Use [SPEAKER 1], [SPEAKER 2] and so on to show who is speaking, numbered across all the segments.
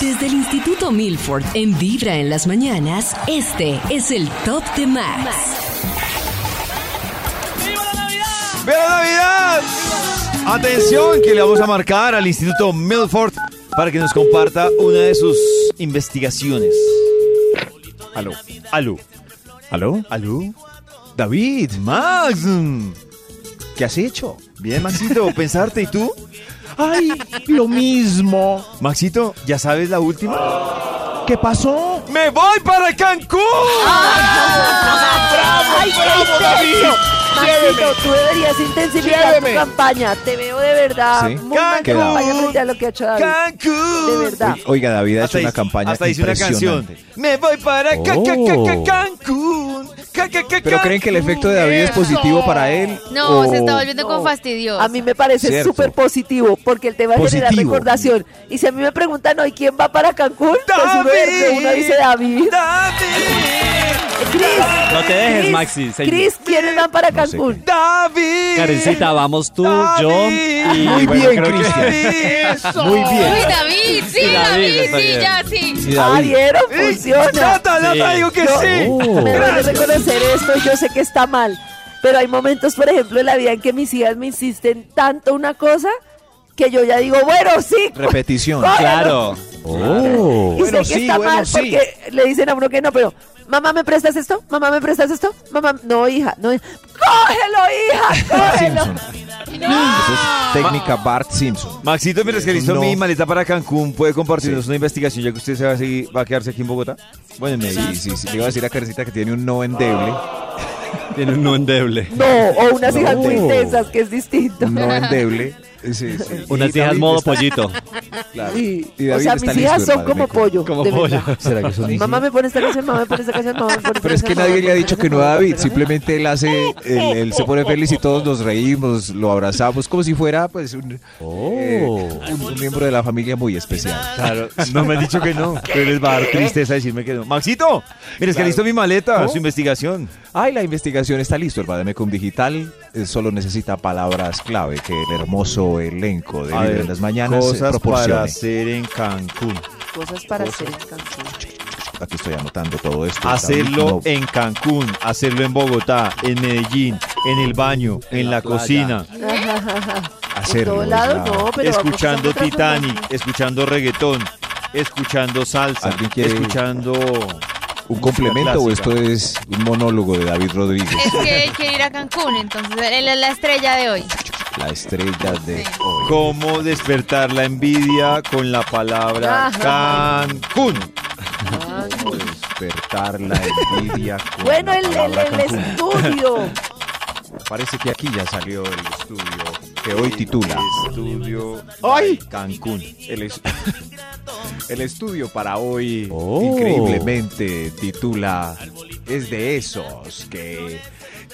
[SPEAKER 1] Desde el Instituto Milford, en Vibra en las mañanas, este es el Top de Max.
[SPEAKER 2] ¡Viva la Navidad! Atención, que le vamos a marcar al Instituto Milford para que nos comparta una de sus investigaciones. Aló. Aló.
[SPEAKER 3] ¿Aló?
[SPEAKER 2] Aló. David. Max.
[SPEAKER 3] ¿Qué has hecho?
[SPEAKER 2] Bien, Maxito, pensarte. ¿Y tú?
[SPEAKER 3] ¡Ay, lo mismo!
[SPEAKER 2] Maxito, ¿ya sabes la última?
[SPEAKER 3] ¿Qué pasó?
[SPEAKER 2] ¡Me voy para Cancún!
[SPEAKER 4] Ah. ¡Ay, qué intenso! Maxito, tú deberías intensificar
[SPEAKER 3] Lléveme.
[SPEAKER 4] tu campaña. Te veo de verdad
[SPEAKER 5] Sí.
[SPEAKER 4] muy mal
[SPEAKER 2] Cancún.
[SPEAKER 4] campaña frente a lo que ha hecho David. De
[SPEAKER 2] ¡Cancún!
[SPEAKER 4] verdad.
[SPEAKER 5] Oiga, David ha hecho
[SPEAKER 2] Hasta
[SPEAKER 5] una
[SPEAKER 2] hice-
[SPEAKER 5] campaña
[SPEAKER 2] Hasta hice una canción.
[SPEAKER 5] impresionante.
[SPEAKER 2] Me voy para ca- ca- ca- ca-
[SPEAKER 5] Oh.
[SPEAKER 2] Cancún. Ca- ca- ca-
[SPEAKER 5] ¿Pero creen que el
[SPEAKER 2] Cancún.
[SPEAKER 5] efecto de David es positivo para él?
[SPEAKER 6] No,
[SPEAKER 5] o-
[SPEAKER 6] se está volviendo
[SPEAKER 4] No.
[SPEAKER 6] con fastidioso.
[SPEAKER 4] A mí me parece
[SPEAKER 5] Cierto.
[SPEAKER 4] súper positivo porque el tema es generar
[SPEAKER 5] Positivo.
[SPEAKER 4] recordación. Y si a mí me preguntan hoy quién va para Cancún, pues uno, de- uno dice David.
[SPEAKER 2] David.
[SPEAKER 4] Chris,
[SPEAKER 7] No te dejes,
[SPEAKER 4] Chris,
[SPEAKER 7] Maxi, señor.
[SPEAKER 4] Chris, ¿quiénes van para
[SPEAKER 5] No sé
[SPEAKER 4] Cancún?
[SPEAKER 2] David.
[SPEAKER 7] Karencita, vamos tú, yo
[SPEAKER 2] David.
[SPEAKER 7] y
[SPEAKER 5] Muy
[SPEAKER 7] bueno,
[SPEAKER 5] bien,
[SPEAKER 7] creo que-
[SPEAKER 5] Cristian. Muy bien.
[SPEAKER 6] Uy, David, sí,
[SPEAKER 7] David,
[SPEAKER 6] David,
[SPEAKER 7] está
[SPEAKER 6] sí,
[SPEAKER 7] bien.
[SPEAKER 6] ya, sí.
[SPEAKER 5] Y
[SPEAKER 4] Ah,
[SPEAKER 5] David,
[SPEAKER 2] eh!
[SPEAKER 4] ¿vieron?
[SPEAKER 2] Sí.
[SPEAKER 4] Funciona.
[SPEAKER 2] Nata, Nata,
[SPEAKER 7] Sí.
[SPEAKER 2] digo que
[SPEAKER 4] No.
[SPEAKER 2] sí.
[SPEAKER 5] Oh.
[SPEAKER 4] Me duele reconocer esto, yo sé que está mal, pero hay momentos, por ejemplo, en la vida en que mis hijas me insisten tanto una cosa que yo ya digo, bueno, sí.
[SPEAKER 5] repetición.
[SPEAKER 4] cógelo.
[SPEAKER 7] Claro.
[SPEAKER 4] Y
[SPEAKER 5] Oh.
[SPEAKER 4] sé que está mal porque le dicen a uno que no, pero mamá, ¿me prestas esto? Mamá, ¿me prestas esto? Mamá, no, hija, no. hija. Cógelo, hija, cógelo.
[SPEAKER 5] Simpson. Eso es técnica Bart Simpson. Eh,
[SPEAKER 2] Maxito, mientras que listo
[SPEAKER 5] No.
[SPEAKER 2] mi maleta para Cancún, ¿puede compartirnos una investigación ya que usted se va a, seguir- va a quedarse aquí en Bogotá?
[SPEAKER 5] Bueno, y me y sí, sí, le iba a decir a Karencita que tiene un no endeble.
[SPEAKER 7] Tiene un no endeble.
[SPEAKER 4] No, o unas
[SPEAKER 5] No. Mm,
[SPEAKER 4] hijas muy intensas, que es distinto.
[SPEAKER 5] Un no endeble. Sí, sí.
[SPEAKER 7] Unas
[SPEAKER 5] Y
[SPEAKER 7] hijas
[SPEAKER 5] David
[SPEAKER 7] modo
[SPEAKER 5] está-
[SPEAKER 7] pollito.
[SPEAKER 5] claro.
[SPEAKER 4] Sí.
[SPEAKER 5] Y
[SPEAKER 4] o
[SPEAKER 5] David
[SPEAKER 4] sea,
[SPEAKER 5] está
[SPEAKER 4] mis
[SPEAKER 5] listo,
[SPEAKER 4] hijas son
[SPEAKER 5] hermano,
[SPEAKER 4] como
[SPEAKER 5] me-
[SPEAKER 4] pollo.
[SPEAKER 7] Como
[SPEAKER 4] de
[SPEAKER 7] pollo.
[SPEAKER 4] verdad.
[SPEAKER 5] ¿Será que son
[SPEAKER 4] Mamá me pone esta canción, mamá me pone esta canción, mamá me pone esta
[SPEAKER 5] Pero es que
[SPEAKER 4] canción, mamá,
[SPEAKER 5] nadie
[SPEAKER 4] me
[SPEAKER 5] le ha
[SPEAKER 4] pone
[SPEAKER 5] dicho
[SPEAKER 4] esta
[SPEAKER 5] que no a
[SPEAKER 4] canción, mamá me
[SPEAKER 5] David,
[SPEAKER 4] pone esta canción.
[SPEAKER 5] simplemente él hace, él, él se pone feliz y todos nos reímos, lo abrazamos como si fuera pues un, eh, un- un miembro de la familia muy especial.
[SPEAKER 2] Claro, no me han dicho que no, pero les va a dar tristeza decirme que no. Maxito, mira, es que listo mi maleta, su investigación.
[SPEAKER 5] Ay, la investigación está listo, el Bademecum Digital eh, solo necesita palabras clave que el hermoso elenco de
[SPEAKER 2] A
[SPEAKER 5] Vibra
[SPEAKER 2] ver,
[SPEAKER 5] en las mañanas eh,
[SPEAKER 2] cosas para
[SPEAKER 5] proporcione. Pues,
[SPEAKER 2] hacer en Cancún.
[SPEAKER 4] Cosas para hacer en Cancún.
[SPEAKER 5] Aquí estoy anotando todo esto.
[SPEAKER 2] Hacerlo
[SPEAKER 5] David, no.
[SPEAKER 2] en Cancún, hacerlo en Bogotá, en Medellín, en el baño, en, la, cocina,
[SPEAKER 5] hacerlo.
[SPEAKER 4] en todos
[SPEAKER 5] es
[SPEAKER 4] lados
[SPEAKER 5] la-
[SPEAKER 4] no, pero
[SPEAKER 2] escuchando
[SPEAKER 4] vamos a encontrar
[SPEAKER 2] Titanic, escuchando reggaetón, escuchando salsa,
[SPEAKER 5] ¿Alguien quiere-
[SPEAKER 2] escuchando...
[SPEAKER 5] ¿Un complemento o
[SPEAKER 2] Clásica.
[SPEAKER 5] esto es un monólogo de David Rodríguez?
[SPEAKER 6] Es que él quiere ir a Cancún, entonces él es la estrella de hoy.
[SPEAKER 5] La estrella de hoy.
[SPEAKER 2] ¿Cómo despertar la envidia con la palabra Cancún?
[SPEAKER 5] despertar la envidia. con
[SPEAKER 4] Bueno,
[SPEAKER 5] la
[SPEAKER 4] el, el-
[SPEAKER 5] palabra
[SPEAKER 4] el
[SPEAKER 5] Cancún.
[SPEAKER 4] estudio.
[SPEAKER 5] Parece que aquí ya salió el estudio que hoy titula
[SPEAKER 2] Estudio
[SPEAKER 5] ¡Ay!
[SPEAKER 2] Cancún.
[SPEAKER 5] El, es- el estudio para hoy
[SPEAKER 7] Oh.
[SPEAKER 5] increíblemente titula Es de esos que,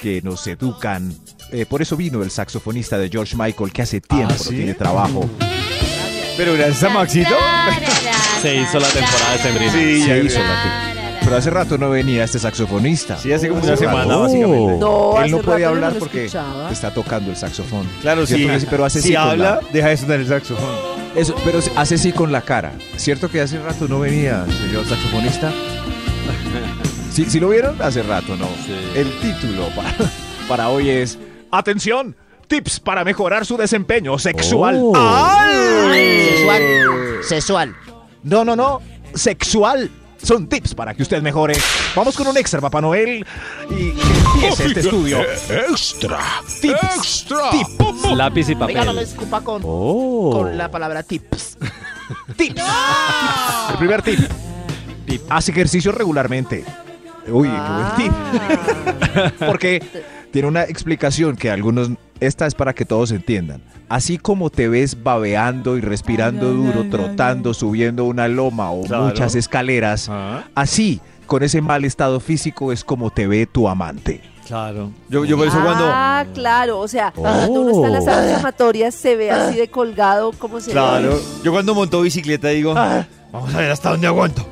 [SPEAKER 5] que nos educan. Eh, por eso vino el saxofonista de George Michael que hace tiempo no
[SPEAKER 2] Ah, ¿sí?
[SPEAKER 5] tiene trabajo.
[SPEAKER 2] Pero gracias a Maxito.
[SPEAKER 7] Se hizo la temporada sembrina.
[SPEAKER 2] Sí, ya
[SPEAKER 5] Se
[SPEAKER 2] hizo
[SPEAKER 5] hizo la Pero hace rato no venía este saxofonista.
[SPEAKER 2] Sí, hace como
[SPEAKER 5] Hace
[SPEAKER 2] una
[SPEAKER 5] rato.
[SPEAKER 2] semana,
[SPEAKER 7] Oh.
[SPEAKER 2] básicamente.
[SPEAKER 4] No, hace
[SPEAKER 5] Él no
[SPEAKER 4] rato
[SPEAKER 5] puede
[SPEAKER 4] yo
[SPEAKER 5] hablar
[SPEAKER 4] lo
[SPEAKER 5] porque
[SPEAKER 4] escuchaba.
[SPEAKER 5] está tocando el saxofón.
[SPEAKER 2] Claro, sí.
[SPEAKER 5] ¿Cierto que sí? Pero hace
[SPEAKER 2] si
[SPEAKER 5] sí con
[SPEAKER 2] habla,
[SPEAKER 5] la-
[SPEAKER 2] deja de sonar el saxofón.
[SPEAKER 5] Eso, pero hace sí con la cara. ¿Cierto que hace rato no venía, señor saxofonista? ¿Sí, sí lo vieron? Hace rato no. El título para, para hoy es Atención, tips para mejorar su desempeño sexual.
[SPEAKER 8] Oh. Sexual. Sexual.
[SPEAKER 5] No, no, no. Sexual. Son tips para que usted mejore. Vamos con un extra, Papá Noel. Y que empiece este estudio. Extra. Tips.
[SPEAKER 7] Lápiz y papel.
[SPEAKER 8] Oiga, no me escupa con,
[SPEAKER 2] Oh.
[SPEAKER 8] con la palabra tips.
[SPEAKER 5] Tips. El primer tip. Haz ejercicio regularmente. Uy, qué buen tip.
[SPEAKER 6] Ah.
[SPEAKER 4] Ah.
[SPEAKER 5] Porque tiene una explicación que algunos. Esta es para que todos entiendan. Así como te ves babeando y respirando duro, trotando, subiendo una loma o
[SPEAKER 2] Claro. Ah.
[SPEAKER 5] muchas escaleras, así con ese mal estado físico es como te ve tu amante.
[SPEAKER 2] Claro. Yo, yo por eso cuando... Oh.
[SPEAKER 4] Ah, claro, o sea, cuando uno está en las aguas amatorias se ve así de colgado como se
[SPEAKER 2] Claro. Yo cuando monto bicicleta digo, vamos a ver hasta dónde aguanto.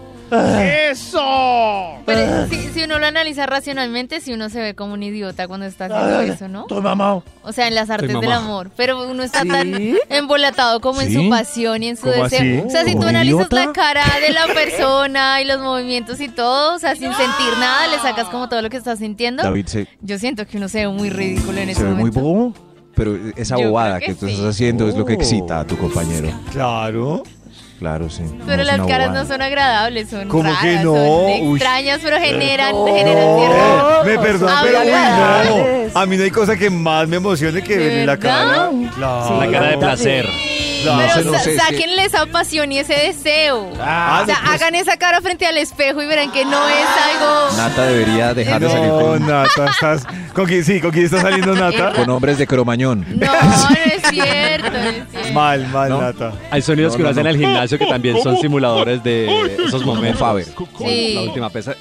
[SPEAKER 8] ¡Eso!
[SPEAKER 6] Pero si, si uno lo analiza racionalmente, si uno se ve como un idiota cuando está haciendo eso, ¿no?
[SPEAKER 3] Estoy mamado.
[SPEAKER 6] O sea, en las artes del
[SPEAKER 7] mamá.
[SPEAKER 6] amor. Pero uno está
[SPEAKER 4] ¿Sí?
[SPEAKER 6] tan embolatado como en
[SPEAKER 7] ¿Sí?
[SPEAKER 6] su pasión y en su
[SPEAKER 7] ¿Cómo
[SPEAKER 6] deseo.
[SPEAKER 7] así?
[SPEAKER 6] O sea, si tú
[SPEAKER 7] ¿Como
[SPEAKER 6] analizas
[SPEAKER 7] idiota?
[SPEAKER 6] la cara de la persona y los movimientos y todo, o sea, sin sentir nada, le sacas como todo lo que estás sintiendo.
[SPEAKER 5] David se,
[SPEAKER 6] Yo siento que uno se ve muy ridículo en ese
[SPEAKER 5] se ve muy
[SPEAKER 6] momento.
[SPEAKER 5] bobo, pero esa
[SPEAKER 6] Yo
[SPEAKER 5] bobada
[SPEAKER 6] creo que
[SPEAKER 5] que, tú
[SPEAKER 6] sí. Oh.
[SPEAKER 5] estás haciendo es lo que excita a tu compañero.
[SPEAKER 2] Claro.
[SPEAKER 5] Claro, sí.
[SPEAKER 6] Pero
[SPEAKER 5] es
[SPEAKER 6] las
[SPEAKER 5] una
[SPEAKER 6] caras
[SPEAKER 5] bobada.
[SPEAKER 6] no son agradables, son
[SPEAKER 2] ¿Cómo
[SPEAKER 6] raras,
[SPEAKER 2] que no?
[SPEAKER 6] son
[SPEAKER 2] Uy. Eh,
[SPEAKER 6] extrañas, pero generan,
[SPEAKER 4] No.
[SPEAKER 6] generan cierto-
[SPEAKER 4] No,
[SPEAKER 2] me perdón,
[SPEAKER 6] Oh. son
[SPEAKER 2] pero uy,
[SPEAKER 4] agradables.
[SPEAKER 2] no. A mí no hay cosa que más me emocione que
[SPEAKER 6] ¿De
[SPEAKER 2] verle la cara.
[SPEAKER 6] verdad?
[SPEAKER 2] Claro.
[SPEAKER 7] La cara de placer.
[SPEAKER 2] No,
[SPEAKER 6] pero
[SPEAKER 2] se no
[SPEAKER 6] sa-
[SPEAKER 5] sé, es que-
[SPEAKER 6] sáquenle esa pasión y ese deseo.
[SPEAKER 2] Ah,
[SPEAKER 6] o sea,
[SPEAKER 2] no, pues-
[SPEAKER 6] hagan esa cara frente al espejo y verán que no es algo.
[SPEAKER 5] Nata debería dejar de salir
[SPEAKER 2] No,
[SPEAKER 5] con,
[SPEAKER 2] Nata, estás. ¿Con quién, sí, ¿con quién está saliendo Nata?
[SPEAKER 5] con hombres de cromañón.
[SPEAKER 6] No, no es cierto, no es cierto.
[SPEAKER 2] Mal, mal,
[SPEAKER 5] No.
[SPEAKER 2] Nata.
[SPEAKER 7] Hay sonidos
[SPEAKER 5] No,
[SPEAKER 7] que uno
[SPEAKER 5] no,
[SPEAKER 7] hace
[SPEAKER 5] no.
[SPEAKER 7] en el gimnasio que también son simuladores de esos momentos.
[SPEAKER 5] Faber.
[SPEAKER 6] Sí.
[SPEAKER 7] La última pesa.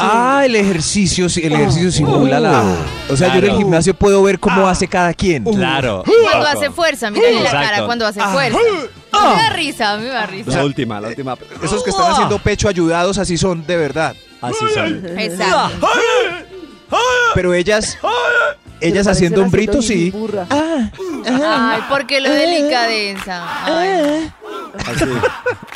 [SPEAKER 5] Ah, el ejercicio, sí, el ejercicio simula la. O sea, yo en
[SPEAKER 7] Claro.
[SPEAKER 5] el gimnasio puedo ver cómo hace cada quien.
[SPEAKER 7] Claro.
[SPEAKER 6] Cuando
[SPEAKER 2] Ah.
[SPEAKER 6] hace fuerza, miren la
[SPEAKER 7] Exacto.
[SPEAKER 6] cara cuando hace fuerza. A mí Me da risa, a mí me da risa.
[SPEAKER 7] La última, la última.
[SPEAKER 5] Esos que están haciendo pecho ayudados así son de verdad.
[SPEAKER 7] Así son.
[SPEAKER 6] Exacto.
[SPEAKER 5] Pero ellas, ellas
[SPEAKER 4] Pero
[SPEAKER 5] haciendo
[SPEAKER 4] parecen
[SPEAKER 5] hombrito,
[SPEAKER 4] haciendo
[SPEAKER 5] sí.
[SPEAKER 4] burra.
[SPEAKER 2] Ah.
[SPEAKER 6] Ay, porque lo delicadeza. Ay,
[SPEAKER 2] Así.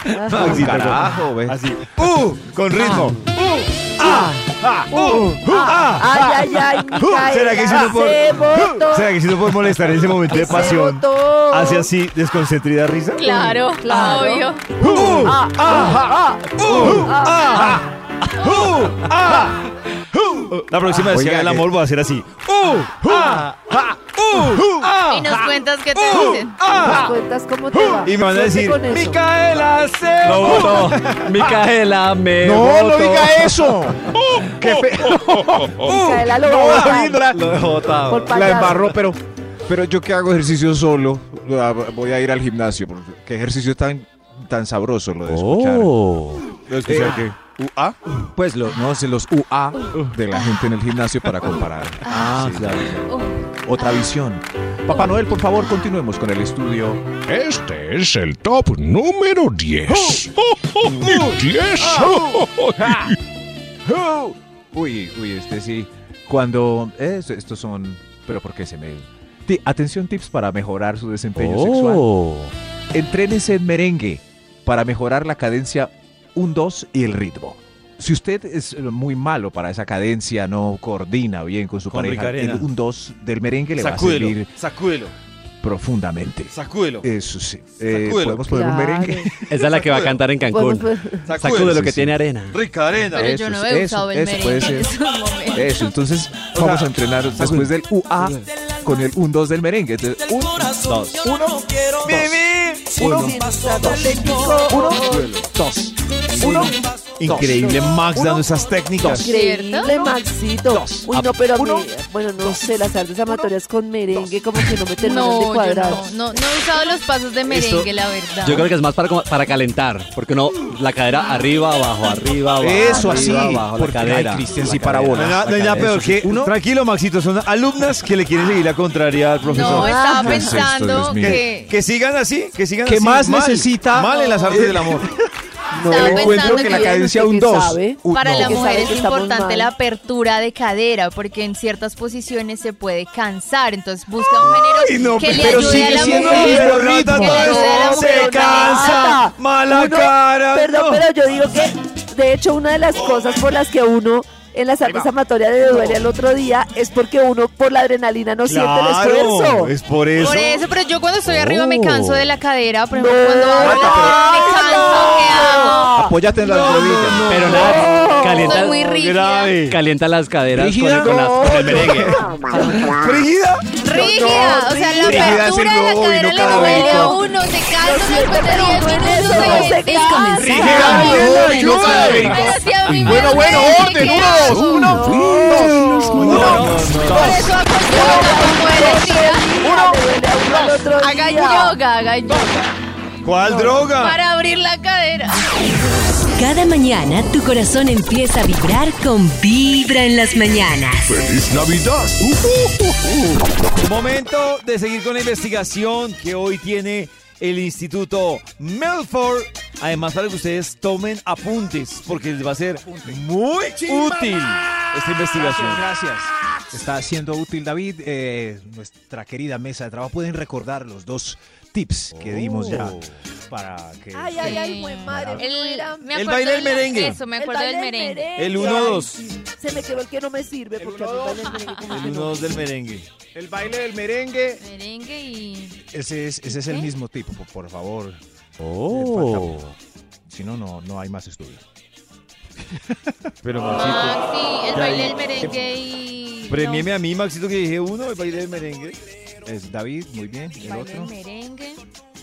[SPEAKER 5] Ah,
[SPEAKER 2] Maxito,
[SPEAKER 5] carajo, ve.
[SPEAKER 2] Así. ¡Uh! Con ritmo. ¡Uh! ¡Ah! ¡Ah!
[SPEAKER 4] Ay, ay, ay,
[SPEAKER 2] ¡Uh!
[SPEAKER 4] Micaela,
[SPEAKER 2] ¿Será que hicieron por.?
[SPEAKER 4] se botó.
[SPEAKER 2] ¿Será que hicieron por molestar en ese momento de
[SPEAKER 4] Se
[SPEAKER 2] pasión?
[SPEAKER 4] botó.
[SPEAKER 2] Hace así, desconcentrida risa.
[SPEAKER 6] claro,
[SPEAKER 4] Claro.
[SPEAKER 6] obvio.
[SPEAKER 2] ¡Uh! ¡Ah! ¡Uh! ¡Ah! ¡Uh! ¡Ah! ¡Uh! La próxima vez que
[SPEAKER 5] Oiga,
[SPEAKER 2] haga el
[SPEAKER 5] que-
[SPEAKER 2] amor voy a hacer así. ¡Uh! Ah,
[SPEAKER 6] Y nos cuentas qué te
[SPEAKER 2] Uh.
[SPEAKER 6] dicen.
[SPEAKER 4] Nos cuentas cómo te va.
[SPEAKER 2] ¡Ah! Y me van a
[SPEAKER 4] Suerte
[SPEAKER 2] decir,
[SPEAKER 4] con eso.
[SPEAKER 2] ¡Micaela, ¡Uh! se
[SPEAKER 7] Lo voto. Micaela, me
[SPEAKER 5] No, no
[SPEAKER 7] voto.
[SPEAKER 5] diga eso.
[SPEAKER 2] ¡Uh!
[SPEAKER 4] Micaela lo va a botar
[SPEAKER 7] Lo dejo botado.
[SPEAKER 4] por
[SPEAKER 5] La
[SPEAKER 4] payaso.
[SPEAKER 5] embarró, pero. Pero yo que hago ejercicio solo, ah, voy a ir al gimnasio. porque Qué ejercicio tan, tan sabroso lo de escuchar.
[SPEAKER 2] ¿Lo escuché qué?
[SPEAKER 5] ¿UA? Oh. Eh, Pues lo- no sé, los UA de la gente en el gimnasio para comparar. Ah, claro. Otra visión. Papá Noel, por favor, continuemos con el estudio.
[SPEAKER 9] Este es el top número 10. ¡10!
[SPEAKER 5] Uy, uy, este sí. Cuando... eh, esto- estos son... Pero ¿por qué se me... Ti- atención, tips para mejorar su desempeño sexual.
[SPEAKER 7] Oh.
[SPEAKER 5] Entrénese en merengue para mejorar la cadencia 1-2 y el ritmo. Si usted es eh, muy malo para esa cadencia, no coordina bien con su
[SPEAKER 2] Con
[SPEAKER 5] pareja,
[SPEAKER 2] Ricarena.
[SPEAKER 5] el 1-2 del merengue le va a
[SPEAKER 2] Sacúdelo,
[SPEAKER 5] servir
[SPEAKER 2] sacúdelo,
[SPEAKER 5] profundamente.
[SPEAKER 2] sacúdelo,
[SPEAKER 5] Eso sí. Eh,
[SPEAKER 2] Sacúdelo.
[SPEAKER 5] podemos poner un
[SPEAKER 4] Claro.
[SPEAKER 5] merengue.
[SPEAKER 7] Esa es la que va a cantar en
[SPEAKER 4] Podemos
[SPEAKER 7] Cancún.
[SPEAKER 4] poner-
[SPEAKER 7] Sacude lo que
[SPEAKER 5] Sí, sí.
[SPEAKER 7] tiene arena.
[SPEAKER 2] Rica arena.
[SPEAKER 6] Pero yo
[SPEAKER 5] Eso,
[SPEAKER 6] no he
[SPEAKER 5] eso,
[SPEAKER 6] usado el
[SPEAKER 5] eso puede
[SPEAKER 6] merengue en
[SPEAKER 5] ser. Eh.
[SPEAKER 6] esos momentos.
[SPEAKER 5] Eso, entonces vamos a entrenar después del UA con el 1-2 del merengue. Entonces, un, dos, uno, dos, uno, dos, uno, dos, uno,
[SPEAKER 2] Increíble Max dando esas técnicas.
[SPEAKER 4] Increíble, Maxito. Uy, no, pero a mí- bueno, no sé, las artes amatorias con merengue como que no me terminan de
[SPEAKER 6] No, yo
[SPEAKER 4] cuadrar.
[SPEAKER 6] no, no, no he usado los pasos de merengue, la verdad.
[SPEAKER 7] Yo creo que es más para, como- para calentar, porque no, la cadera arriba, abajo, arriba, abajo.
[SPEAKER 5] Eso
[SPEAKER 7] arriba,
[SPEAKER 5] así,
[SPEAKER 7] abajo, la
[SPEAKER 5] porque, ay,
[SPEAKER 7] cadera.
[SPEAKER 5] Cristian,
[SPEAKER 7] la
[SPEAKER 5] sí, para
[SPEAKER 2] No
[SPEAKER 7] cadera,
[SPEAKER 2] hay
[SPEAKER 5] bola.
[SPEAKER 2] nada,
[SPEAKER 7] la
[SPEAKER 2] no hay nada
[SPEAKER 7] cadera,
[SPEAKER 2] peor
[SPEAKER 7] eso
[SPEAKER 2] que.
[SPEAKER 7] sí. Uno,
[SPEAKER 2] Tranquilo, Maxito, son alumnas que le quieren seguir la contraria al profesor.
[SPEAKER 6] No, estaba
[SPEAKER 5] ¿qué es esto,
[SPEAKER 6] pensando
[SPEAKER 5] Dios mío?
[SPEAKER 2] que,
[SPEAKER 6] que.
[SPEAKER 2] que sigan así, que sigan
[SPEAKER 5] ¿Qué
[SPEAKER 2] así.
[SPEAKER 5] más necesita?
[SPEAKER 2] Mal en las artes del amor.
[SPEAKER 4] No,
[SPEAKER 6] Estaba
[SPEAKER 4] no,
[SPEAKER 6] pensando
[SPEAKER 5] Encuentro que la
[SPEAKER 6] que-
[SPEAKER 5] cadencia un
[SPEAKER 4] que
[SPEAKER 5] 2.
[SPEAKER 4] sabe.
[SPEAKER 6] Para la
[SPEAKER 4] Que
[SPEAKER 6] mujer
[SPEAKER 4] sabe
[SPEAKER 6] es
[SPEAKER 4] que estamos
[SPEAKER 6] importante
[SPEAKER 4] mal.
[SPEAKER 6] la apertura de cadera porque en ciertas posiciones se puede cansar, entonces busca un género que le
[SPEAKER 5] pero
[SPEAKER 6] ayude
[SPEAKER 5] sigue
[SPEAKER 6] a la
[SPEAKER 5] siendo
[SPEAKER 6] mujer.
[SPEAKER 5] el mismo
[SPEAKER 6] que le ayude
[SPEAKER 5] ritmo.
[SPEAKER 6] a la
[SPEAKER 2] No,
[SPEAKER 6] mujer.
[SPEAKER 2] se cansa.
[SPEAKER 4] Nata,
[SPEAKER 2] Mala
[SPEAKER 4] uno-
[SPEAKER 2] cara.
[SPEAKER 4] Perdón,
[SPEAKER 2] no.
[SPEAKER 4] pero yo digo que, de hecho, una de las cosas por las que uno en las artes amatorias le duele al otro día es porque uno por la adrenalina no siente Oh, el esfuerzo.
[SPEAKER 2] Claro, es por eso.
[SPEAKER 6] Por eso, pero yo cuando estoy arriba me canso de la cadera, por
[SPEAKER 4] No,
[SPEAKER 6] ejemplo, cuando hago la- me canso, ¿qué hago?
[SPEAKER 5] Apóyate en las rodillas.
[SPEAKER 7] Pero nada,
[SPEAKER 6] Estoy
[SPEAKER 7] calienta,
[SPEAKER 6] muy rígida.
[SPEAKER 2] Grave.
[SPEAKER 7] calienta las caderas con, el- con las- con el merengue.
[SPEAKER 2] ¿Frígida?
[SPEAKER 6] Rígida, o sea, la apertura de la cadera le duele a uno, se cansa, se encuentra 10 minutos,
[SPEAKER 4] eso no se
[SPEAKER 1] Es comenzar
[SPEAKER 4] cansa.
[SPEAKER 1] a
[SPEAKER 2] Rígida,
[SPEAKER 1] mover
[SPEAKER 2] bien,
[SPEAKER 1] los
[SPEAKER 2] ayuda.
[SPEAKER 1] miembros.
[SPEAKER 6] Pero si a mí me
[SPEAKER 9] Bueno, bueno,
[SPEAKER 6] duele,
[SPEAKER 9] orden,
[SPEAKER 6] ¿qué
[SPEAKER 9] uno,
[SPEAKER 6] hago? Por
[SPEAKER 9] uno,
[SPEAKER 6] eso acostumbro cuando mujeres tira.
[SPEAKER 4] Ah, Le duele a uno al otro
[SPEAKER 6] Hagan
[SPEAKER 4] día.
[SPEAKER 6] yoga, hagan yoga.
[SPEAKER 2] ¿Cuál droga?
[SPEAKER 6] Para abrir la cadera.
[SPEAKER 1] Cada mañana tu corazón empieza a vibrar con Vibra en las mañanas.
[SPEAKER 5] Pues,
[SPEAKER 9] ¡Feliz Navidad!
[SPEAKER 2] Momento de seguir con la investigación que hoy tiene el Instituto Melford. Además, para que ustedes tomen apuntes, porque les va a ser muy útil esta investigación.
[SPEAKER 5] Gracias. Está siendo útil, David. Eh, nuestra querida mesa de trabajo. Pueden recordar los dos tips que dimos ya
[SPEAKER 2] Oh.
[SPEAKER 5] para que.
[SPEAKER 4] Ay, ay, ay, buen madre.
[SPEAKER 6] El, me
[SPEAKER 2] El
[SPEAKER 6] acuerdo
[SPEAKER 2] baile del
[SPEAKER 6] la-
[SPEAKER 2] merengue.
[SPEAKER 6] Eso, me acuerdo del merengue.
[SPEAKER 2] El 1-2.
[SPEAKER 4] Se me quedó el que no me sirve porque a mí el baile del merengue como que
[SPEAKER 2] El
[SPEAKER 4] Ah, no
[SPEAKER 2] 1-2 del merengue.
[SPEAKER 5] El baile del merengue.
[SPEAKER 6] Merengue y...
[SPEAKER 5] Ese es, ese es el
[SPEAKER 6] ¿Qué?
[SPEAKER 5] mismo tipo, por- por favor.
[SPEAKER 2] Oh.
[SPEAKER 5] Si no, no, no hay más estudio. Ah,
[SPEAKER 2] Pero
[SPEAKER 5] pues,
[SPEAKER 2] Maxito,
[SPEAKER 6] Maxi, el
[SPEAKER 2] Ya,
[SPEAKER 6] baile
[SPEAKER 2] ya.
[SPEAKER 6] del merengue y...
[SPEAKER 2] premieme a mí, Maxito, que dije uno, el baile del merengue.
[SPEAKER 5] Es David, muy bien.
[SPEAKER 6] no,
[SPEAKER 5] El
[SPEAKER 6] baile del
[SPEAKER 5] otro.
[SPEAKER 6] merengue.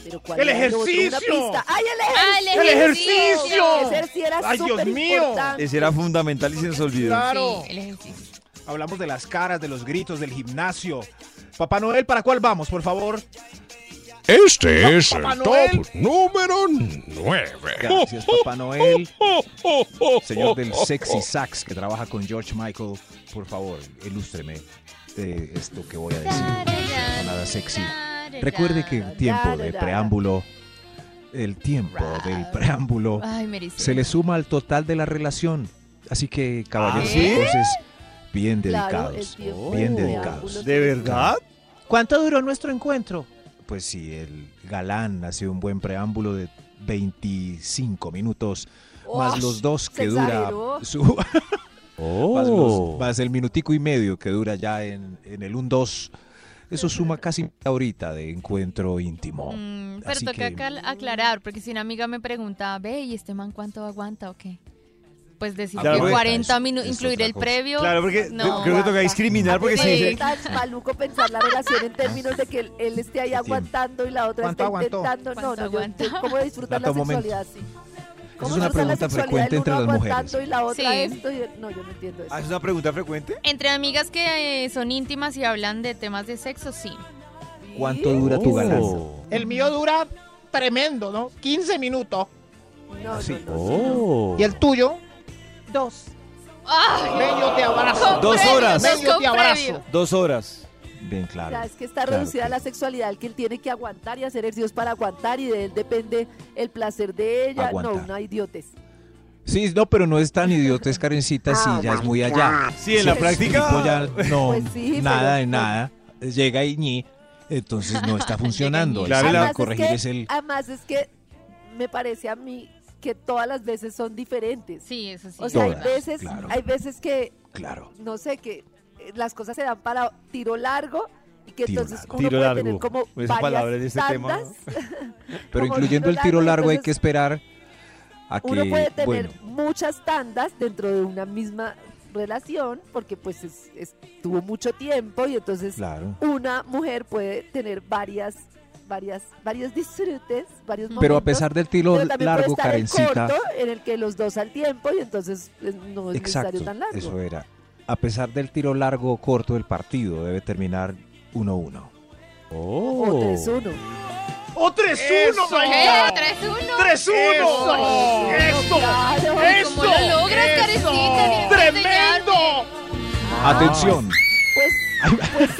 [SPEAKER 4] Pero ¿cuál
[SPEAKER 8] ¡El
[SPEAKER 4] era el otro? Una
[SPEAKER 8] ejercicio!
[SPEAKER 4] pista. ¡Ay, el ejercicio!
[SPEAKER 6] ¡Ah, el
[SPEAKER 8] ¡El ejercicio!
[SPEAKER 4] Ese sí era
[SPEAKER 8] ¡Ay, Dios mío!
[SPEAKER 4] superimportante.
[SPEAKER 2] Ese era fundamental y se nos olvidó.
[SPEAKER 8] Claro.
[SPEAKER 6] Sí, el ejercicio.
[SPEAKER 5] Hablamos de las caras, de los gritos, del gimnasio. Papá Noel, ¿para cuál vamos, por favor?
[SPEAKER 9] Este es
[SPEAKER 8] Papá
[SPEAKER 9] el
[SPEAKER 8] Noel.
[SPEAKER 9] top número 9.
[SPEAKER 5] Gracias, Papá Noel. Señor del Sexy Sax que trabaja con George Michael, por favor, ilústreme eh, esto que voy a decir. Nada sexy. Recuerde que el tiempo de preámbulo, el tiempo del preámbulo
[SPEAKER 6] Ay, me ericé.
[SPEAKER 5] se le suma al total de la relación. Así que, caballeros,
[SPEAKER 2] ¿sí?
[SPEAKER 5] entonces, bien
[SPEAKER 4] Claro,
[SPEAKER 5] dedicados.
[SPEAKER 4] el tiempo
[SPEAKER 5] bien
[SPEAKER 4] del
[SPEAKER 5] dedicados.
[SPEAKER 4] triángulo.
[SPEAKER 2] ¿De verdad?
[SPEAKER 5] ¿Cuánto duró nuestro encuentro? Pues si el galán hace un buen preámbulo de 25 minutos, más
[SPEAKER 4] Oh,
[SPEAKER 5] los dos
[SPEAKER 4] se
[SPEAKER 5] que dura
[SPEAKER 4] exageró.
[SPEAKER 5] su- más, los- más el minutico y medio que dura ya en, en el 1-2. Eso suma casi una horita de encuentro íntimo.
[SPEAKER 6] Mm, pero
[SPEAKER 5] Así
[SPEAKER 6] toca
[SPEAKER 5] que-
[SPEAKER 6] cal- aclarar, porque si una amiga me pregunta, ve, ¿y este man cuánto aguanta o qué? Pues decir
[SPEAKER 2] Claro,
[SPEAKER 6] que
[SPEAKER 2] porque-
[SPEAKER 6] 40 minutos,
[SPEAKER 5] es
[SPEAKER 6] incluir
[SPEAKER 5] otra
[SPEAKER 6] el
[SPEAKER 5] cosa.
[SPEAKER 6] previo.
[SPEAKER 2] Claro, porque
[SPEAKER 6] no,
[SPEAKER 2] creo que toca
[SPEAKER 6] basta.
[SPEAKER 2] discriminar porque se
[SPEAKER 6] Sí.
[SPEAKER 2] dice
[SPEAKER 4] Es tan maluco pensar la relación en términos de que él, él esté ahí aguantando y la otra esté
[SPEAKER 5] ¿Cuánto aguantó?
[SPEAKER 4] intentando. No,
[SPEAKER 6] ¿Cuánto
[SPEAKER 4] no, yo-
[SPEAKER 6] aguantó?
[SPEAKER 4] yo- ¿cómo disfrutar
[SPEAKER 5] Dato
[SPEAKER 4] la
[SPEAKER 5] momento.
[SPEAKER 4] sexualidad así? ¿Cómo
[SPEAKER 5] es una
[SPEAKER 4] disfrutar la
[SPEAKER 5] pregunta
[SPEAKER 4] sexualidad
[SPEAKER 5] frecuente
[SPEAKER 4] del
[SPEAKER 5] entre
[SPEAKER 4] uno
[SPEAKER 5] las
[SPEAKER 4] aguantando Y la otra
[SPEAKER 6] Sí.
[SPEAKER 4] esto y- No, yo no entiendo eso.
[SPEAKER 2] ¿Ah, ¿Es una pregunta frecuente?
[SPEAKER 6] Entre amigas que eh, son íntimas y hablan de temas de sexo, sí.
[SPEAKER 5] ¿Cuánto dura
[SPEAKER 9] Oh,
[SPEAKER 5] tu galán?
[SPEAKER 8] El mío dura tremendo, ¿no? 15 minutos.
[SPEAKER 4] No,
[SPEAKER 5] Así.
[SPEAKER 4] no, no.
[SPEAKER 8] ¿Y el tuyo? Dos.
[SPEAKER 6] ¡Ay!
[SPEAKER 8] Ven, yo te abrazo.
[SPEAKER 2] Dos
[SPEAKER 6] previo,
[SPEAKER 2] horas.
[SPEAKER 8] Ven, yo
[SPEAKER 6] con
[SPEAKER 8] te
[SPEAKER 6] previo.
[SPEAKER 8] abrazo.
[SPEAKER 2] Dos horas.
[SPEAKER 5] Bien
[SPEAKER 4] O sea,
[SPEAKER 5] claro.
[SPEAKER 4] es que está
[SPEAKER 5] Claro
[SPEAKER 4] reducida
[SPEAKER 5] que-
[SPEAKER 4] la sexualidad, el que él tiene que aguantar y hacer ejercicios para aguantar y de él depende el placer de ella. No,
[SPEAKER 5] Aguantar.
[SPEAKER 4] una idiotes.
[SPEAKER 5] Sí, no, pero no es tan idiotes, Karencita, si
[SPEAKER 1] Ah,
[SPEAKER 5] ya es muy allá.
[SPEAKER 2] Sí, en la
[SPEAKER 5] Sí,
[SPEAKER 2] práctica.
[SPEAKER 5] tipo ya no,
[SPEAKER 4] Pues sí,
[SPEAKER 5] nada
[SPEAKER 4] pero-
[SPEAKER 5] de nada. Llega y ñi, entonces no está funcionando.
[SPEAKER 6] Llega y ñi.
[SPEAKER 2] Claro,
[SPEAKER 5] Así que
[SPEAKER 2] la-
[SPEAKER 4] Además
[SPEAKER 5] corregir
[SPEAKER 4] que-
[SPEAKER 5] es el.
[SPEAKER 4] Además es que me parece a mí que todas las veces son diferentes.
[SPEAKER 6] Sí, eso sí.
[SPEAKER 4] o sea,
[SPEAKER 5] Todas,
[SPEAKER 4] hay veces,
[SPEAKER 5] claro.
[SPEAKER 4] hay veces que
[SPEAKER 5] Claro.
[SPEAKER 4] no sé, que eh, las cosas se dan para tiro largo y que
[SPEAKER 5] Tiro
[SPEAKER 4] entonces
[SPEAKER 5] largo.
[SPEAKER 4] uno
[SPEAKER 2] Tiro
[SPEAKER 4] puede
[SPEAKER 2] largo.
[SPEAKER 4] tener como
[SPEAKER 2] Esa
[SPEAKER 4] varias
[SPEAKER 2] palabra en este tema,
[SPEAKER 4] tandas,
[SPEAKER 5] Pero
[SPEAKER 4] como
[SPEAKER 5] incluyendo el tiro largo, hay que
[SPEAKER 4] entonces
[SPEAKER 5] esperar a que.
[SPEAKER 4] uno puede tener
[SPEAKER 5] bueno,
[SPEAKER 4] muchas tandas dentro de una misma relación porque pues es- estuvo mucho tiempo y entonces
[SPEAKER 5] claro.
[SPEAKER 4] una mujer puede tener varias varias varios disfrutes, varios momentos.
[SPEAKER 5] Pero a pesar del tiro
[SPEAKER 4] pero también
[SPEAKER 5] largo,
[SPEAKER 4] puede estar
[SPEAKER 5] Karencita.
[SPEAKER 4] el corto en el que los dos al tiempo y entonces eh, no es
[SPEAKER 5] Exacto,
[SPEAKER 4] necesario tan largo.
[SPEAKER 5] eso era. A pesar del tiro largo o corto del partido, debe terminar 1-1. Oh.
[SPEAKER 4] O tres uno.
[SPEAKER 8] ¡O 3-1,
[SPEAKER 6] ¿Qué?
[SPEAKER 8] marica!
[SPEAKER 6] ¿3-1?
[SPEAKER 8] 3-1. ¡Eso!
[SPEAKER 4] Claro.
[SPEAKER 8] ¡Eso!
[SPEAKER 6] ¿Cómo lo logras,
[SPEAKER 8] ¡Eso!
[SPEAKER 6] Karencita?
[SPEAKER 8] ¡Tremendo!
[SPEAKER 2] Ah.
[SPEAKER 5] Atención,
[SPEAKER 4] Pues, pues
[SPEAKER 6] Tres,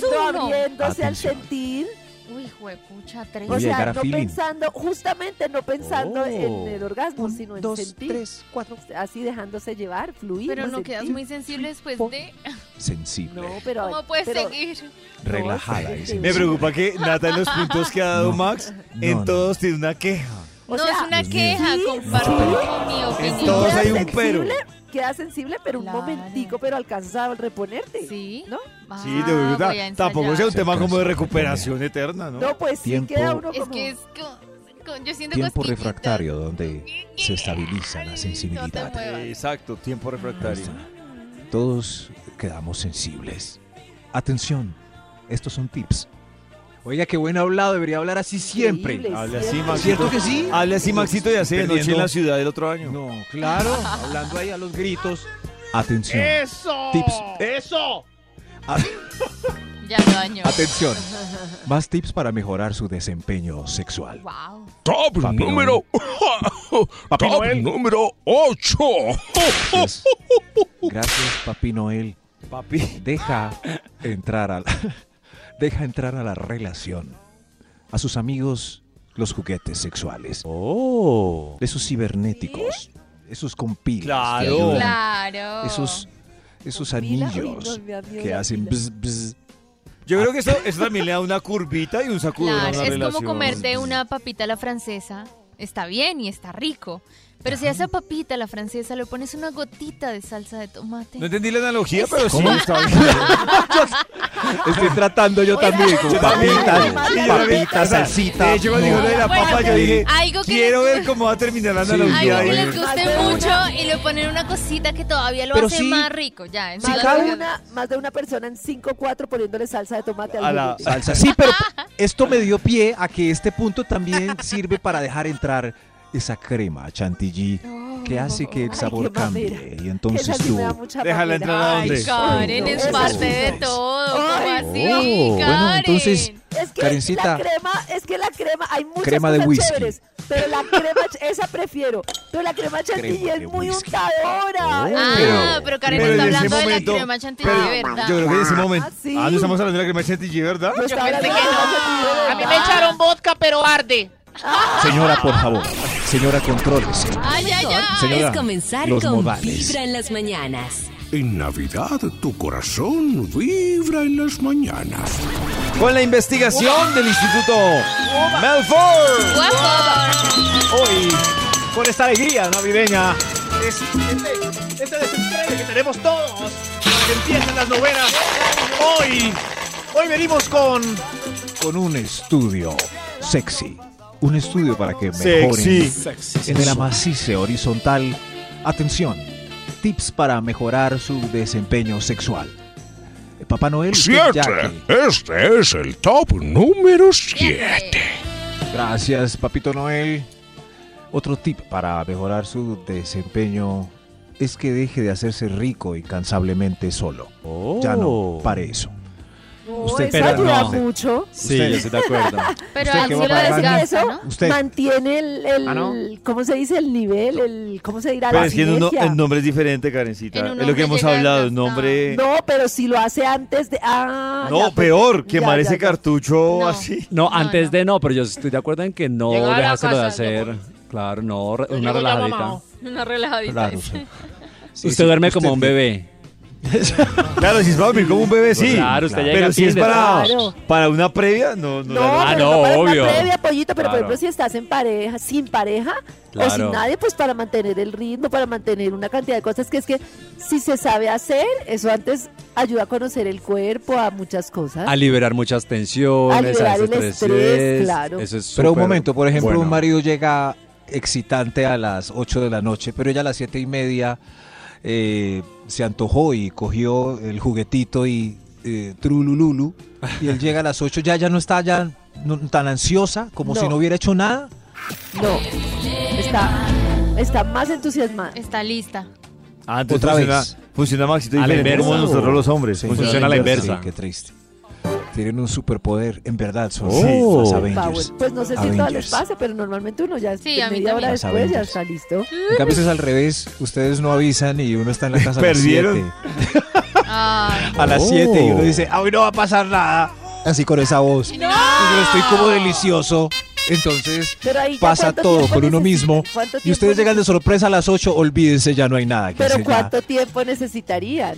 [SPEAKER 4] sintiendo,
[SPEAKER 6] uno.
[SPEAKER 4] abriéndose al
[SPEAKER 5] Atención.
[SPEAKER 4] sentir,
[SPEAKER 6] Uy, juepucha,
[SPEAKER 8] Pues
[SPEAKER 4] o
[SPEAKER 5] Voy a
[SPEAKER 6] tres.
[SPEAKER 4] sea,
[SPEAKER 5] llegar a
[SPEAKER 4] no
[SPEAKER 5] feeling.
[SPEAKER 4] pensando, justamente no pensando
[SPEAKER 7] Oh.
[SPEAKER 4] en el orgasmo,
[SPEAKER 5] Un,
[SPEAKER 4] sino en
[SPEAKER 5] dos,
[SPEAKER 4] sentir.
[SPEAKER 5] tres, cuatro.
[SPEAKER 4] Así dejándose llevar, fluir.
[SPEAKER 6] Pero no
[SPEAKER 4] sentir.
[SPEAKER 6] quedas muy sensible después de...
[SPEAKER 5] sensible,
[SPEAKER 4] No, pero.
[SPEAKER 6] ¿Cómo puedes
[SPEAKER 4] pero-
[SPEAKER 6] seguir?
[SPEAKER 5] relajada. y
[SPEAKER 4] Me
[SPEAKER 5] sensible.
[SPEAKER 2] Me preocupa que Nata en los puntos que ha dado
[SPEAKER 5] No.
[SPEAKER 2] Max,
[SPEAKER 5] No,
[SPEAKER 2] en
[SPEAKER 5] no.
[SPEAKER 2] todos tiene una queja.
[SPEAKER 4] O
[SPEAKER 6] no
[SPEAKER 4] sea,
[SPEAKER 6] es una
[SPEAKER 5] Dios mío.
[SPEAKER 6] queja,
[SPEAKER 4] sí,
[SPEAKER 6] comparto
[SPEAKER 4] sí.
[SPEAKER 6] con mi opinión.
[SPEAKER 2] todos
[SPEAKER 4] quedas
[SPEAKER 2] hay un
[SPEAKER 4] sensible, Quedas sensible, pero
[SPEAKER 6] Claro.
[SPEAKER 4] un momentico, pero alcanzas a reponerte.
[SPEAKER 6] Sí. Ah,
[SPEAKER 4] ¿No?
[SPEAKER 2] Sí, de verdad. Tampoco sea un
[SPEAKER 5] Se
[SPEAKER 2] tema como de
[SPEAKER 5] cansa,
[SPEAKER 2] recuperación eterna, ¿no?
[SPEAKER 4] No, pues
[SPEAKER 5] Tiempo-
[SPEAKER 4] sí queda uno como.
[SPEAKER 6] Es que es con, con- yo siento
[SPEAKER 5] Tiempo
[SPEAKER 6] cosquillitas.
[SPEAKER 5] refractario donde se estabiliza la
[SPEAKER 6] Ay,
[SPEAKER 5] sensibilidad.
[SPEAKER 6] No te muevas.
[SPEAKER 2] Exacto, tiempo refractario.
[SPEAKER 5] Todos quedamos sensibles. Atención, estos son tips. Oiga, qué buen hablado, debería hablar así
[SPEAKER 4] Increíble,
[SPEAKER 2] Hable
[SPEAKER 4] ¿cierto?
[SPEAKER 2] así, Maxito.
[SPEAKER 5] ¿Cierto que sí?
[SPEAKER 2] Hable así, Maxito, y hace de noche en
[SPEAKER 5] Perdiendo.
[SPEAKER 2] la ciudad del otro año.
[SPEAKER 5] No, claro, hablando ahí a los gritos. Atención.
[SPEAKER 8] ¡Eso!
[SPEAKER 5] Tips.
[SPEAKER 8] ¡Eso!
[SPEAKER 5] A-
[SPEAKER 6] Ya lo dañó.
[SPEAKER 5] Atención. Más tips para mejorar su desempeño sexual.
[SPEAKER 6] Wow.
[SPEAKER 9] Top
[SPEAKER 5] Papi
[SPEAKER 9] número.
[SPEAKER 5] Papi
[SPEAKER 9] Top
[SPEAKER 5] Noel.
[SPEAKER 9] número Oh, 8.
[SPEAKER 5] Gracias. Gracias, Papi Noel. Papi. Deja entrar a la, deja entrar a la relación. A sus amigos los juguetes sexuales. Oh. Esos cibernéticos. Esos con pilas. que
[SPEAKER 2] Claro.
[SPEAKER 5] ayudan,
[SPEAKER 6] Claro.
[SPEAKER 5] Esos, esos
[SPEAKER 4] ¿Con pila? Uy,
[SPEAKER 5] anillos
[SPEAKER 4] no, me da miedo
[SPEAKER 5] que
[SPEAKER 4] la
[SPEAKER 5] hacen
[SPEAKER 4] pila.
[SPEAKER 5] bzz, bzz.
[SPEAKER 2] Yo creo que eso, eso también le da una curvita y un sacudo a
[SPEAKER 6] Claro,
[SPEAKER 2] la
[SPEAKER 6] es
[SPEAKER 2] relación.
[SPEAKER 6] como comerte una papita a la francesa. Está bien y está rico. Pero si a esa papita a la francesa le pones una gotita de salsa de tomate.
[SPEAKER 2] No entendí la analogía, pero sí.
[SPEAKER 5] Estoy tratando yo también con papitas, papitas, eh, salsita.
[SPEAKER 2] De hecho, cuando dijo lo de la
[SPEAKER 6] Bueno,
[SPEAKER 2] papa, yo dije,
[SPEAKER 6] algo que-
[SPEAKER 2] quiero ver cómo va a terminar la analogía.
[SPEAKER 6] Algo que
[SPEAKER 2] ahí.
[SPEAKER 6] les guste mucho y le ponen una cosita que todavía lo
[SPEAKER 5] Pero
[SPEAKER 6] hace
[SPEAKER 5] sí.
[SPEAKER 6] más rico. Ya, en
[SPEAKER 4] Más,
[SPEAKER 6] serio,
[SPEAKER 4] de una, más de una persona en 5-4 poniéndole salsa de tomate al
[SPEAKER 2] A la-
[SPEAKER 4] juguete.
[SPEAKER 5] salsa. Sí, pero esto me dio pie a que este punto también sirve para dejar entrar esa crema chantilly que hace que el
[SPEAKER 4] Ay,
[SPEAKER 5] sabor
[SPEAKER 4] qué mamera.
[SPEAKER 5] cambie y entonces
[SPEAKER 4] Esa sí
[SPEAKER 5] tú
[SPEAKER 4] me da mucha
[SPEAKER 2] déjala
[SPEAKER 4] mamera.
[SPEAKER 2] entrar a
[SPEAKER 6] Ay,
[SPEAKER 2] dónde?
[SPEAKER 6] Karen,
[SPEAKER 4] Uy, no,
[SPEAKER 6] es
[SPEAKER 4] eso
[SPEAKER 6] parte
[SPEAKER 4] sí.
[SPEAKER 6] de todo. ¿Cómo
[SPEAKER 4] Ay,
[SPEAKER 6] así,
[SPEAKER 5] oh,
[SPEAKER 6] Karen?
[SPEAKER 5] bueno, entonces
[SPEAKER 4] Es que
[SPEAKER 5] Karencita.
[SPEAKER 4] la crema, es que la crema, hay muchas
[SPEAKER 5] Crema de
[SPEAKER 4] cosas
[SPEAKER 5] whisky.
[SPEAKER 4] chéveres, pero la crema, ch- esa prefiero, pero la crema chantilly
[SPEAKER 5] Crema de
[SPEAKER 4] es muy
[SPEAKER 5] whisky.
[SPEAKER 4] untadora.
[SPEAKER 5] Oh.
[SPEAKER 4] es-
[SPEAKER 6] Ah, pero Karen
[SPEAKER 2] Pero
[SPEAKER 6] está
[SPEAKER 2] en ese
[SPEAKER 6] hablando
[SPEAKER 2] momento-
[SPEAKER 6] de la crema chantilly,
[SPEAKER 2] pero
[SPEAKER 6] de ¿verdad?
[SPEAKER 2] Yo creo que en ese momento.
[SPEAKER 4] Ah, sí.
[SPEAKER 2] no estamos hablando de la crema chantilly, ¿verdad?
[SPEAKER 4] Yo estaba
[SPEAKER 8] pensé
[SPEAKER 4] hablando
[SPEAKER 8] que
[SPEAKER 4] de
[SPEAKER 8] no.
[SPEAKER 4] chantilly, de
[SPEAKER 8] A mí me
[SPEAKER 4] verdad.
[SPEAKER 8] echaron vodka, pero arde.
[SPEAKER 5] Señora, por favor. Señora, contrólese.
[SPEAKER 6] Ay, ay, ay.
[SPEAKER 5] Señora,
[SPEAKER 1] es comenzar
[SPEAKER 5] los
[SPEAKER 1] con
[SPEAKER 5] modales.
[SPEAKER 1] Vibra en las mañanas.
[SPEAKER 9] En Navidad tu corazón vibra en las mañanas.
[SPEAKER 2] Con la investigación del Instituto Melford.
[SPEAKER 6] Guapo.
[SPEAKER 2] Hoy, con esta alegría navideña.
[SPEAKER 8] Es- este, este desenfreno que tenemos todos para que empiecen las novenas. Hoy, hoy venimos con
[SPEAKER 5] Con un estudio sexy. Un estudio para que mejoren
[SPEAKER 2] Sexy.
[SPEAKER 5] en el amacice horizontal. Atención, tips para mejorar su desempeño sexual. Papá Noel, usted ya
[SPEAKER 9] Siete.
[SPEAKER 5] que-
[SPEAKER 9] Este es el top número 7.
[SPEAKER 6] Siete.
[SPEAKER 5] Gracias, Papito Noel. Otro tip para mejorar su desempeño es que deje de hacerse rico incansablemente solo. Ya no, pare eso.
[SPEAKER 4] No,
[SPEAKER 5] Usted
[SPEAKER 4] eso
[SPEAKER 5] espera,
[SPEAKER 4] ayuda
[SPEAKER 5] no.
[SPEAKER 4] mucho.
[SPEAKER 7] Sí, yo estoy de acuerdo.
[SPEAKER 6] Pero
[SPEAKER 5] ¿Usted
[SPEAKER 6] así
[SPEAKER 5] qué
[SPEAKER 6] lo
[SPEAKER 5] va para el baño?
[SPEAKER 6] desgasta,
[SPEAKER 4] Eso
[SPEAKER 6] ¿no?
[SPEAKER 5] Usted.
[SPEAKER 4] mantiene el, el-
[SPEAKER 5] Ah, ¿no.
[SPEAKER 4] ¿cómo se dice? El nivel, el, ¿cómo se dirá?
[SPEAKER 2] Pero
[SPEAKER 4] la
[SPEAKER 2] es que en uno- eh,
[SPEAKER 4] sinergia.
[SPEAKER 2] el nombre es diferente, Karencita.
[SPEAKER 6] En
[SPEAKER 2] Es
[SPEAKER 6] un
[SPEAKER 2] lo que
[SPEAKER 6] hombre
[SPEAKER 2] hemos
[SPEAKER 6] llega
[SPEAKER 2] hablado. Un
[SPEAKER 6] hasta-
[SPEAKER 7] Eh,
[SPEAKER 2] nombre.
[SPEAKER 4] No, pero si lo hace antes de... Ah,
[SPEAKER 2] No,
[SPEAKER 4] ya, pues,
[SPEAKER 2] peor,
[SPEAKER 4] ya,
[SPEAKER 2] quemar
[SPEAKER 4] ya,
[SPEAKER 2] ese
[SPEAKER 4] ya.
[SPEAKER 2] cartucho
[SPEAKER 6] No.
[SPEAKER 2] así.
[SPEAKER 6] No,
[SPEAKER 7] No, antes
[SPEAKER 6] no.
[SPEAKER 7] de no, pero yo estoy de acuerdo en que no
[SPEAKER 8] Llegar a la
[SPEAKER 7] dejáselo de
[SPEAKER 8] casa,
[SPEAKER 7] hacer. Claro, no, re-
[SPEAKER 8] Yo
[SPEAKER 7] una
[SPEAKER 8] ya
[SPEAKER 7] relajadita.
[SPEAKER 8] mamado.
[SPEAKER 6] Una relajadita.
[SPEAKER 5] Claro, sí. Sí,
[SPEAKER 7] Usted
[SPEAKER 5] sí,
[SPEAKER 7] duerme
[SPEAKER 5] usted
[SPEAKER 7] como un
[SPEAKER 5] fue-
[SPEAKER 7] bebé.
[SPEAKER 2] Claro, si es para dormir como un bebé, sí.
[SPEAKER 7] Claro, usted llega
[SPEAKER 2] Pero
[SPEAKER 7] al
[SPEAKER 2] si es
[SPEAKER 7] fin de-
[SPEAKER 2] para,
[SPEAKER 4] Claro.
[SPEAKER 2] para una previa, no, no.
[SPEAKER 4] No,
[SPEAKER 2] la-
[SPEAKER 7] Ah,
[SPEAKER 4] pero
[SPEAKER 7] no,
[SPEAKER 4] no, para una
[SPEAKER 7] obvio.
[SPEAKER 4] previa, pollito, pero por
[SPEAKER 7] Claro.
[SPEAKER 4] ejemplo, si estás en pareja, sin pareja o
[SPEAKER 7] Claro.
[SPEAKER 4] sin nadie, pues para mantener el ritmo, para mantener una cantidad de cosas que es que si se sabe hacer, eso antes ayuda a conocer el cuerpo, a muchas cosas.
[SPEAKER 7] A liberar muchas
[SPEAKER 4] A
[SPEAKER 7] tensiones, a,
[SPEAKER 4] liberar el estrés,
[SPEAKER 7] desestrés.
[SPEAKER 4] claro.
[SPEAKER 7] Eso es
[SPEAKER 5] Pero un
[SPEAKER 7] súper
[SPEAKER 5] momento, por ejemplo,
[SPEAKER 7] bueno.
[SPEAKER 5] un marido llega excitante a las 8 de la noche, pero ella a las 7 y media eh, se antojó y cogió el juguetito y eh, trulululu, y él llega a las 8, ya, ya no está ya no- tan ansiosa como
[SPEAKER 4] No.
[SPEAKER 5] si no hubiera hecho nada.
[SPEAKER 4] No, está, está más entusiasmada.
[SPEAKER 6] Está lista.
[SPEAKER 2] Ah, entonces
[SPEAKER 5] Otra
[SPEAKER 2] funciona,
[SPEAKER 5] vez.
[SPEAKER 2] funciona Maxito
[SPEAKER 7] A la
[SPEAKER 2] diferente como
[SPEAKER 7] inversa.
[SPEAKER 2] nosotros los hombres.
[SPEAKER 5] Sí,
[SPEAKER 7] Funciona a la inversa.
[SPEAKER 5] Sí, qué triste. Tienen un superpoder, en verdad, son
[SPEAKER 2] Oh.
[SPEAKER 5] los
[SPEAKER 4] Power.
[SPEAKER 5] Avengers.
[SPEAKER 4] Pues no sé si todas les
[SPEAKER 5] Avengers.
[SPEAKER 4] pasa, pero normalmente uno ya
[SPEAKER 6] Sí, a mí
[SPEAKER 4] media hora
[SPEAKER 6] también.
[SPEAKER 4] después ya
[SPEAKER 5] Avengers.
[SPEAKER 4] está listo.
[SPEAKER 5] En cambio, eso es al revés, ustedes no avisan y uno está en la casa a las
[SPEAKER 2] Perdieron.
[SPEAKER 5] 7.
[SPEAKER 6] Ay,
[SPEAKER 5] a las
[SPEAKER 2] Oh.
[SPEAKER 5] 7 y uno dice, "Ah, hoy no va a pasar nada. Así con esa voz. Y yo estoy como delicioso. Entonces
[SPEAKER 4] Pero ahí ya
[SPEAKER 5] pasa
[SPEAKER 4] cuánto
[SPEAKER 5] todo
[SPEAKER 4] tiempo
[SPEAKER 5] con uno
[SPEAKER 4] necesitan,
[SPEAKER 5] mismo.
[SPEAKER 4] cuánto
[SPEAKER 5] Y
[SPEAKER 4] tiempo
[SPEAKER 5] ustedes llegan de sorpresa a las 8, olvídense, ya no hay nada que
[SPEAKER 4] Pero
[SPEAKER 5] hacer, ya.
[SPEAKER 4] ¿cuánto tiempo necesitarían?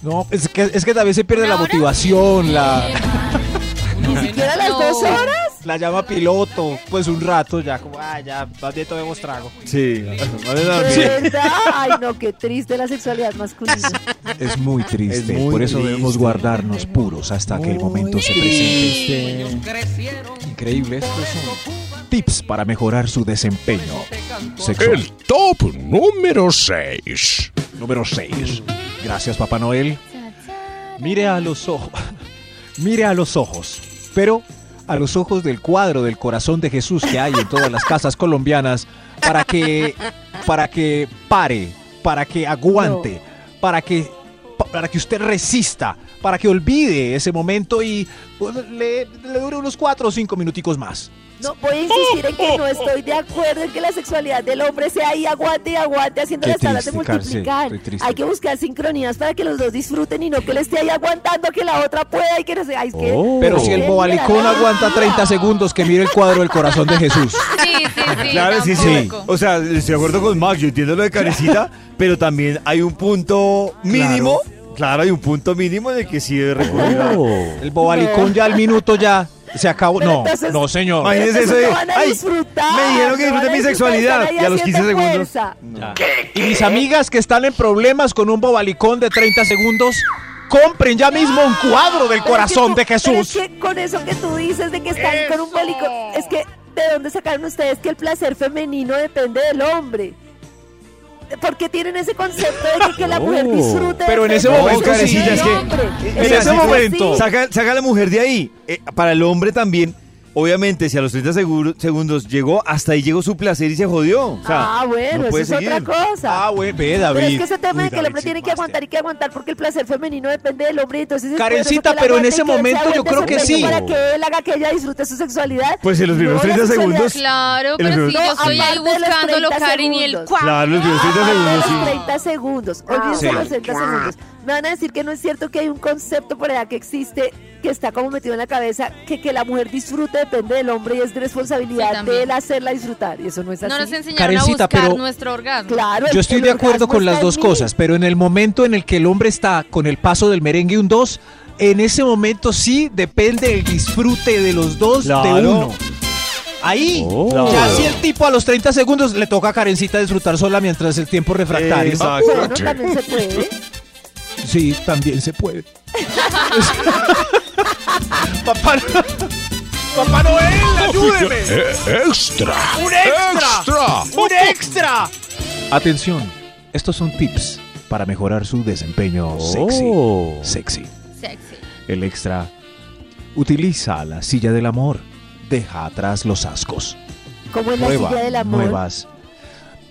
[SPEAKER 5] No, es que, es que también se pierde
[SPEAKER 6] ¿Una
[SPEAKER 5] la
[SPEAKER 6] hora?
[SPEAKER 5] motivación, la,
[SPEAKER 4] ¿Ni siquiera las
[SPEAKER 6] No.
[SPEAKER 4] dos horas?
[SPEAKER 5] la llama piloto. Pues un rato ya, como, ah, ya, más bien tomemos trago.
[SPEAKER 2] Sí.
[SPEAKER 4] ¿De verdad? Ay, no, qué triste la sexualidad masculina.
[SPEAKER 5] Es muy triste.
[SPEAKER 2] muy
[SPEAKER 5] Por eso debemos
[SPEAKER 2] triste.
[SPEAKER 5] guardarnos puros hasta que el momento se presente. Increíble. Estos son tips para mejorar su desempeño sexual.
[SPEAKER 9] El top número 6.
[SPEAKER 5] Número 6. Gracias, Papá Noel. Mire a los ojos. Mire a los ojos. Pero a los ojos del cuadro del corazón de Jesús que hay en todas las casas colombianas para que para que pare, para que aguante, para que para que usted resista, para que olvide ese momento y pues, le, le dure unos cuatro o cinco minuticos más.
[SPEAKER 4] No voy a insistir en que no estoy de acuerdo en que la sexualidad del hombre sea ahí aguante y aguante haciendo
[SPEAKER 5] Qué
[SPEAKER 4] las tablas de
[SPEAKER 5] triste, Karen, sí,
[SPEAKER 4] multiplicar.
[SPEAKER 5] estoy triste.
[SPEAKER 4] Hay que buscar sincronías para que los dos disfruten y no que le esté ahí aguantando que la otra pueda y que no se... Ay, es que-
[SPEAKER 5] Pero si el
[SPEAKER 4] Qué
[SPEAKER 5] bobalicón
[SPEAKER 4] mierda.
[SPEAKER 5] aguanta 30 segundos, que mire el cuadro del corazón de Jesús.
[SPEAKER 6] Sí, sí, sí.
[SPEAKER 2] Claro, sí, sí.
[SPEAKER 6] tampoco.
[SPEAKER 2] O sea, estoy de acuerdo con Max, yo entiendo lo de Carecita, pero también hay un punto mínimo. Claro, hay un punto mínimo de que sí debe recurrir a-
[SPEAKER 5] El bobalicón ya al minuto ya se acabó.
[SPEAKER 4] Pero
[SPEAKER 5] No,
[SPEAKER 4] entonces-
[SPEAKER 5] no, señor.
[SPEAKER 2] Ay, Imagínese eso
[SPEAKER 4] Entonces
[SPEAKER 2] de,
[SPEAKER 4] no van a
[SPEAKER 2] "Ay,
[SPEAKER 4] disfrutar,
[SPEAKER 2] me dijeron que
[SPEAKER 4] no van
[SPEAKER 2] disfrute
[SPEAKER 4] a
[SPEAKER 2] mi
[SPEAKER 4] disfrutar,
[SPEAKER 2] sexualidad",
[SPEAKER 4] están ahí
[SPEAKER 2] y a los 15
[SPEAKER 4] haciendo
[SPEAKER 2] segundos-
[SPEAKER 4] fuerza.
[SPEAKER 5] Y mis amigas que están en problemas con un bobalicón de 30 segundos, compren ya mismo un cuadro del
[SPEAKER 4] Pero es que
[SPEAKER 5] corazón
[SPEAKER 4] tú-
[SPEAKER 5] de
[SPEAKER 4] pero
[SPEAKER 5] Jesús.
[SPEAKER 4] es que con eso que tú dices de que están con un bobalicón, es que ¿de dónde sacaron ustedes que el placer femenino depende del hombre? ¿Por qué tienen ese concepto de que, que la mujer disfrute?
[SPEAKER 5] Pero en
[SPEAKER 4] del
[SPEAKER 5] ese
[SPEAKER 4] sexo
[SPEAKER 5] momento
[SPEAKER 4] del
[SPEAKER 2] sí, es que-
[SPEAKER 4] hombre?
[SPEAKER 2] En
[SPEAKER 4] Eso
[SPEAKER 2] ese
[SPEAKER 4] es
[SPEAKER 2] momento.
[SPEAKER 4] así. Ah,
[SPEAKER 2] Saca, saca a la mujer de ahí. Eh, para el hombre también. Obviamente, si a los 30 seguro- segundos llegó, hasta ahí llegó su placer y se jodió. O sea,
[SPEAKER 4] ah, bueno,
[SPEAKER 2] no
[SPEAKER 4] eso
[SPEAKER 2] puede
[SPEAKER 4] es
[SPEAKER 2] seguir.
[SPEAKER 4] otra cosa.
[SPEAKER 5] Ah, bueno, ve, David.
[SPEAKER 4] pero es que ese tema
[SPEAKER 5] Uy,
[SPEAKER 4] de que el
[SPEAKER 5] David,
[SPEAKER 4] hombre
[SPEAKER 5] sí,
[SPEAKER 4] tiene que
[SPEAKER 5] más
[SPEAKER 4] aguantar y que aguantar porque el placer femenino depende del hombre, entonces es por eso
[SPEAKER 5] Karencita,
[SPEAKER 4] que él
[SPEAKER 5] pero en
[SPEAKER 4] aguanta y
[SPEAKER 5] ese
[SPEAKER 4] que él se
[SPEAKER 5] momento yo
[SPEAKER 4] aguante
[SPEAKER 5] creo
[SPEAKER 4] ese
[SPEAKER 5] que sí.
[SPEAKER 4] pecho Para que él haga que ella disfrute su sexualidad.
[SPEAKER 2] Pues en los primeros
[SPEAKER 4] la
[SPEAKER 2] 30
[SPEAKER 4] sexualidad
[SPEAKER 2] segundos,
[SPEAKER 6] Claro,
[SPEAKER 2] El
[SPEAKER 6] pero si
[SPEAKER 2] primer-
[SPEAKER 6] yo estoy ahí
[SPEAKER 4] No, aparte de los
[SPEAKER 6] buscándolo,
[SPEAKER 4] 30
[SPEAKER 6] Karen, y el
[SPEAKER 4] segundos.
[SPEAKER 6] cuá.
[SPEAKER 2] Claro, los 30
[SPEAKER 4] Aparte de
[SPEAKER 2] segundos
[SPEAKER 4] los
[SPEAKER 2] sí.
[SPEAKER 4] 30 Ah, segundos. Olvídense
[SPEAKER 5] Sí.
[SPEAKER 4] de los 30 segundos. Me van a decir que no es cierto que hay un concepto por allá que existe que está como metido en la cabeza que que la mujer disfrute depende del hombre y es de
[SPEAKER 6] Sí,
[SPEAKER 4] responsabilidad
[SPEAKER 6] también.
[SPEAKER 4] de él hacerla disfrutar. Y eso no es así.
[SPEAKER 6] No nos enseñaron
[SPEAKER 5] Karencita,
[SPEAKER 6] a buscar
[SPEAKER 5] pero-
[SPEAKER 6] nuestro orgasmo.
[SPEAKER 4] Claro.
[SPEAKER 5] Yo
[SPEAKER 4] el-
[SPEAKER 5] estoy
[SPEAKER 4] el
[SPEAKER 5] de acuerdo
[SPEAKER 4] orgasmo
[SPEAKER 5] con
[SPEAKER 4] está
[SPEAKER 5] las
[SPEAKER 4] en
[SPEAKER 5] dos
[SPEAKER 4] mí.
[SPEAKER 5] cosas, pero en el momento en el que el hombre está con el paso del merengue un 2, en ese momento sí depende el disfrute de los dos de
[SPEAKER 2] Claro. Oh.
[SPEAKER 5] uno. Ahí, ya si el tipo a los 30 segundos le toca a Karencita disfrutar sola mientras el tiempo refractario.
[SPEAKER 2] Exacto.
[SPEAKER 4] Bueno, también se puede.
[SPEAKER 5] Sí, también se puede.
[SPEAKER 8] ¡Papá Noel, ayúdeme!
[SPEAKER 9] Eh, ¡Extra!
[SPEAKER 8] ¡Un extra!
[SPEAKER 9] ¡Extra!
[SPEAKER 8] ¡Un extra!
[SPEAKER 5] Atención, estos son tips para mejorar su desempeño
[SPEAKER 7] Oh.
[SPEAKER 5] sexy. Sexy.
[SPEAKER 6] Sexy.
[SPEAKER 5] El extra. Utiliza la silla del amor. Deja atrás los ascos.
[SPEAKER 4] Como en la
[SPEAKER 5] Prueba
[SPEAKER 4] silla del amor.
[SPEAKER 5] nuevas.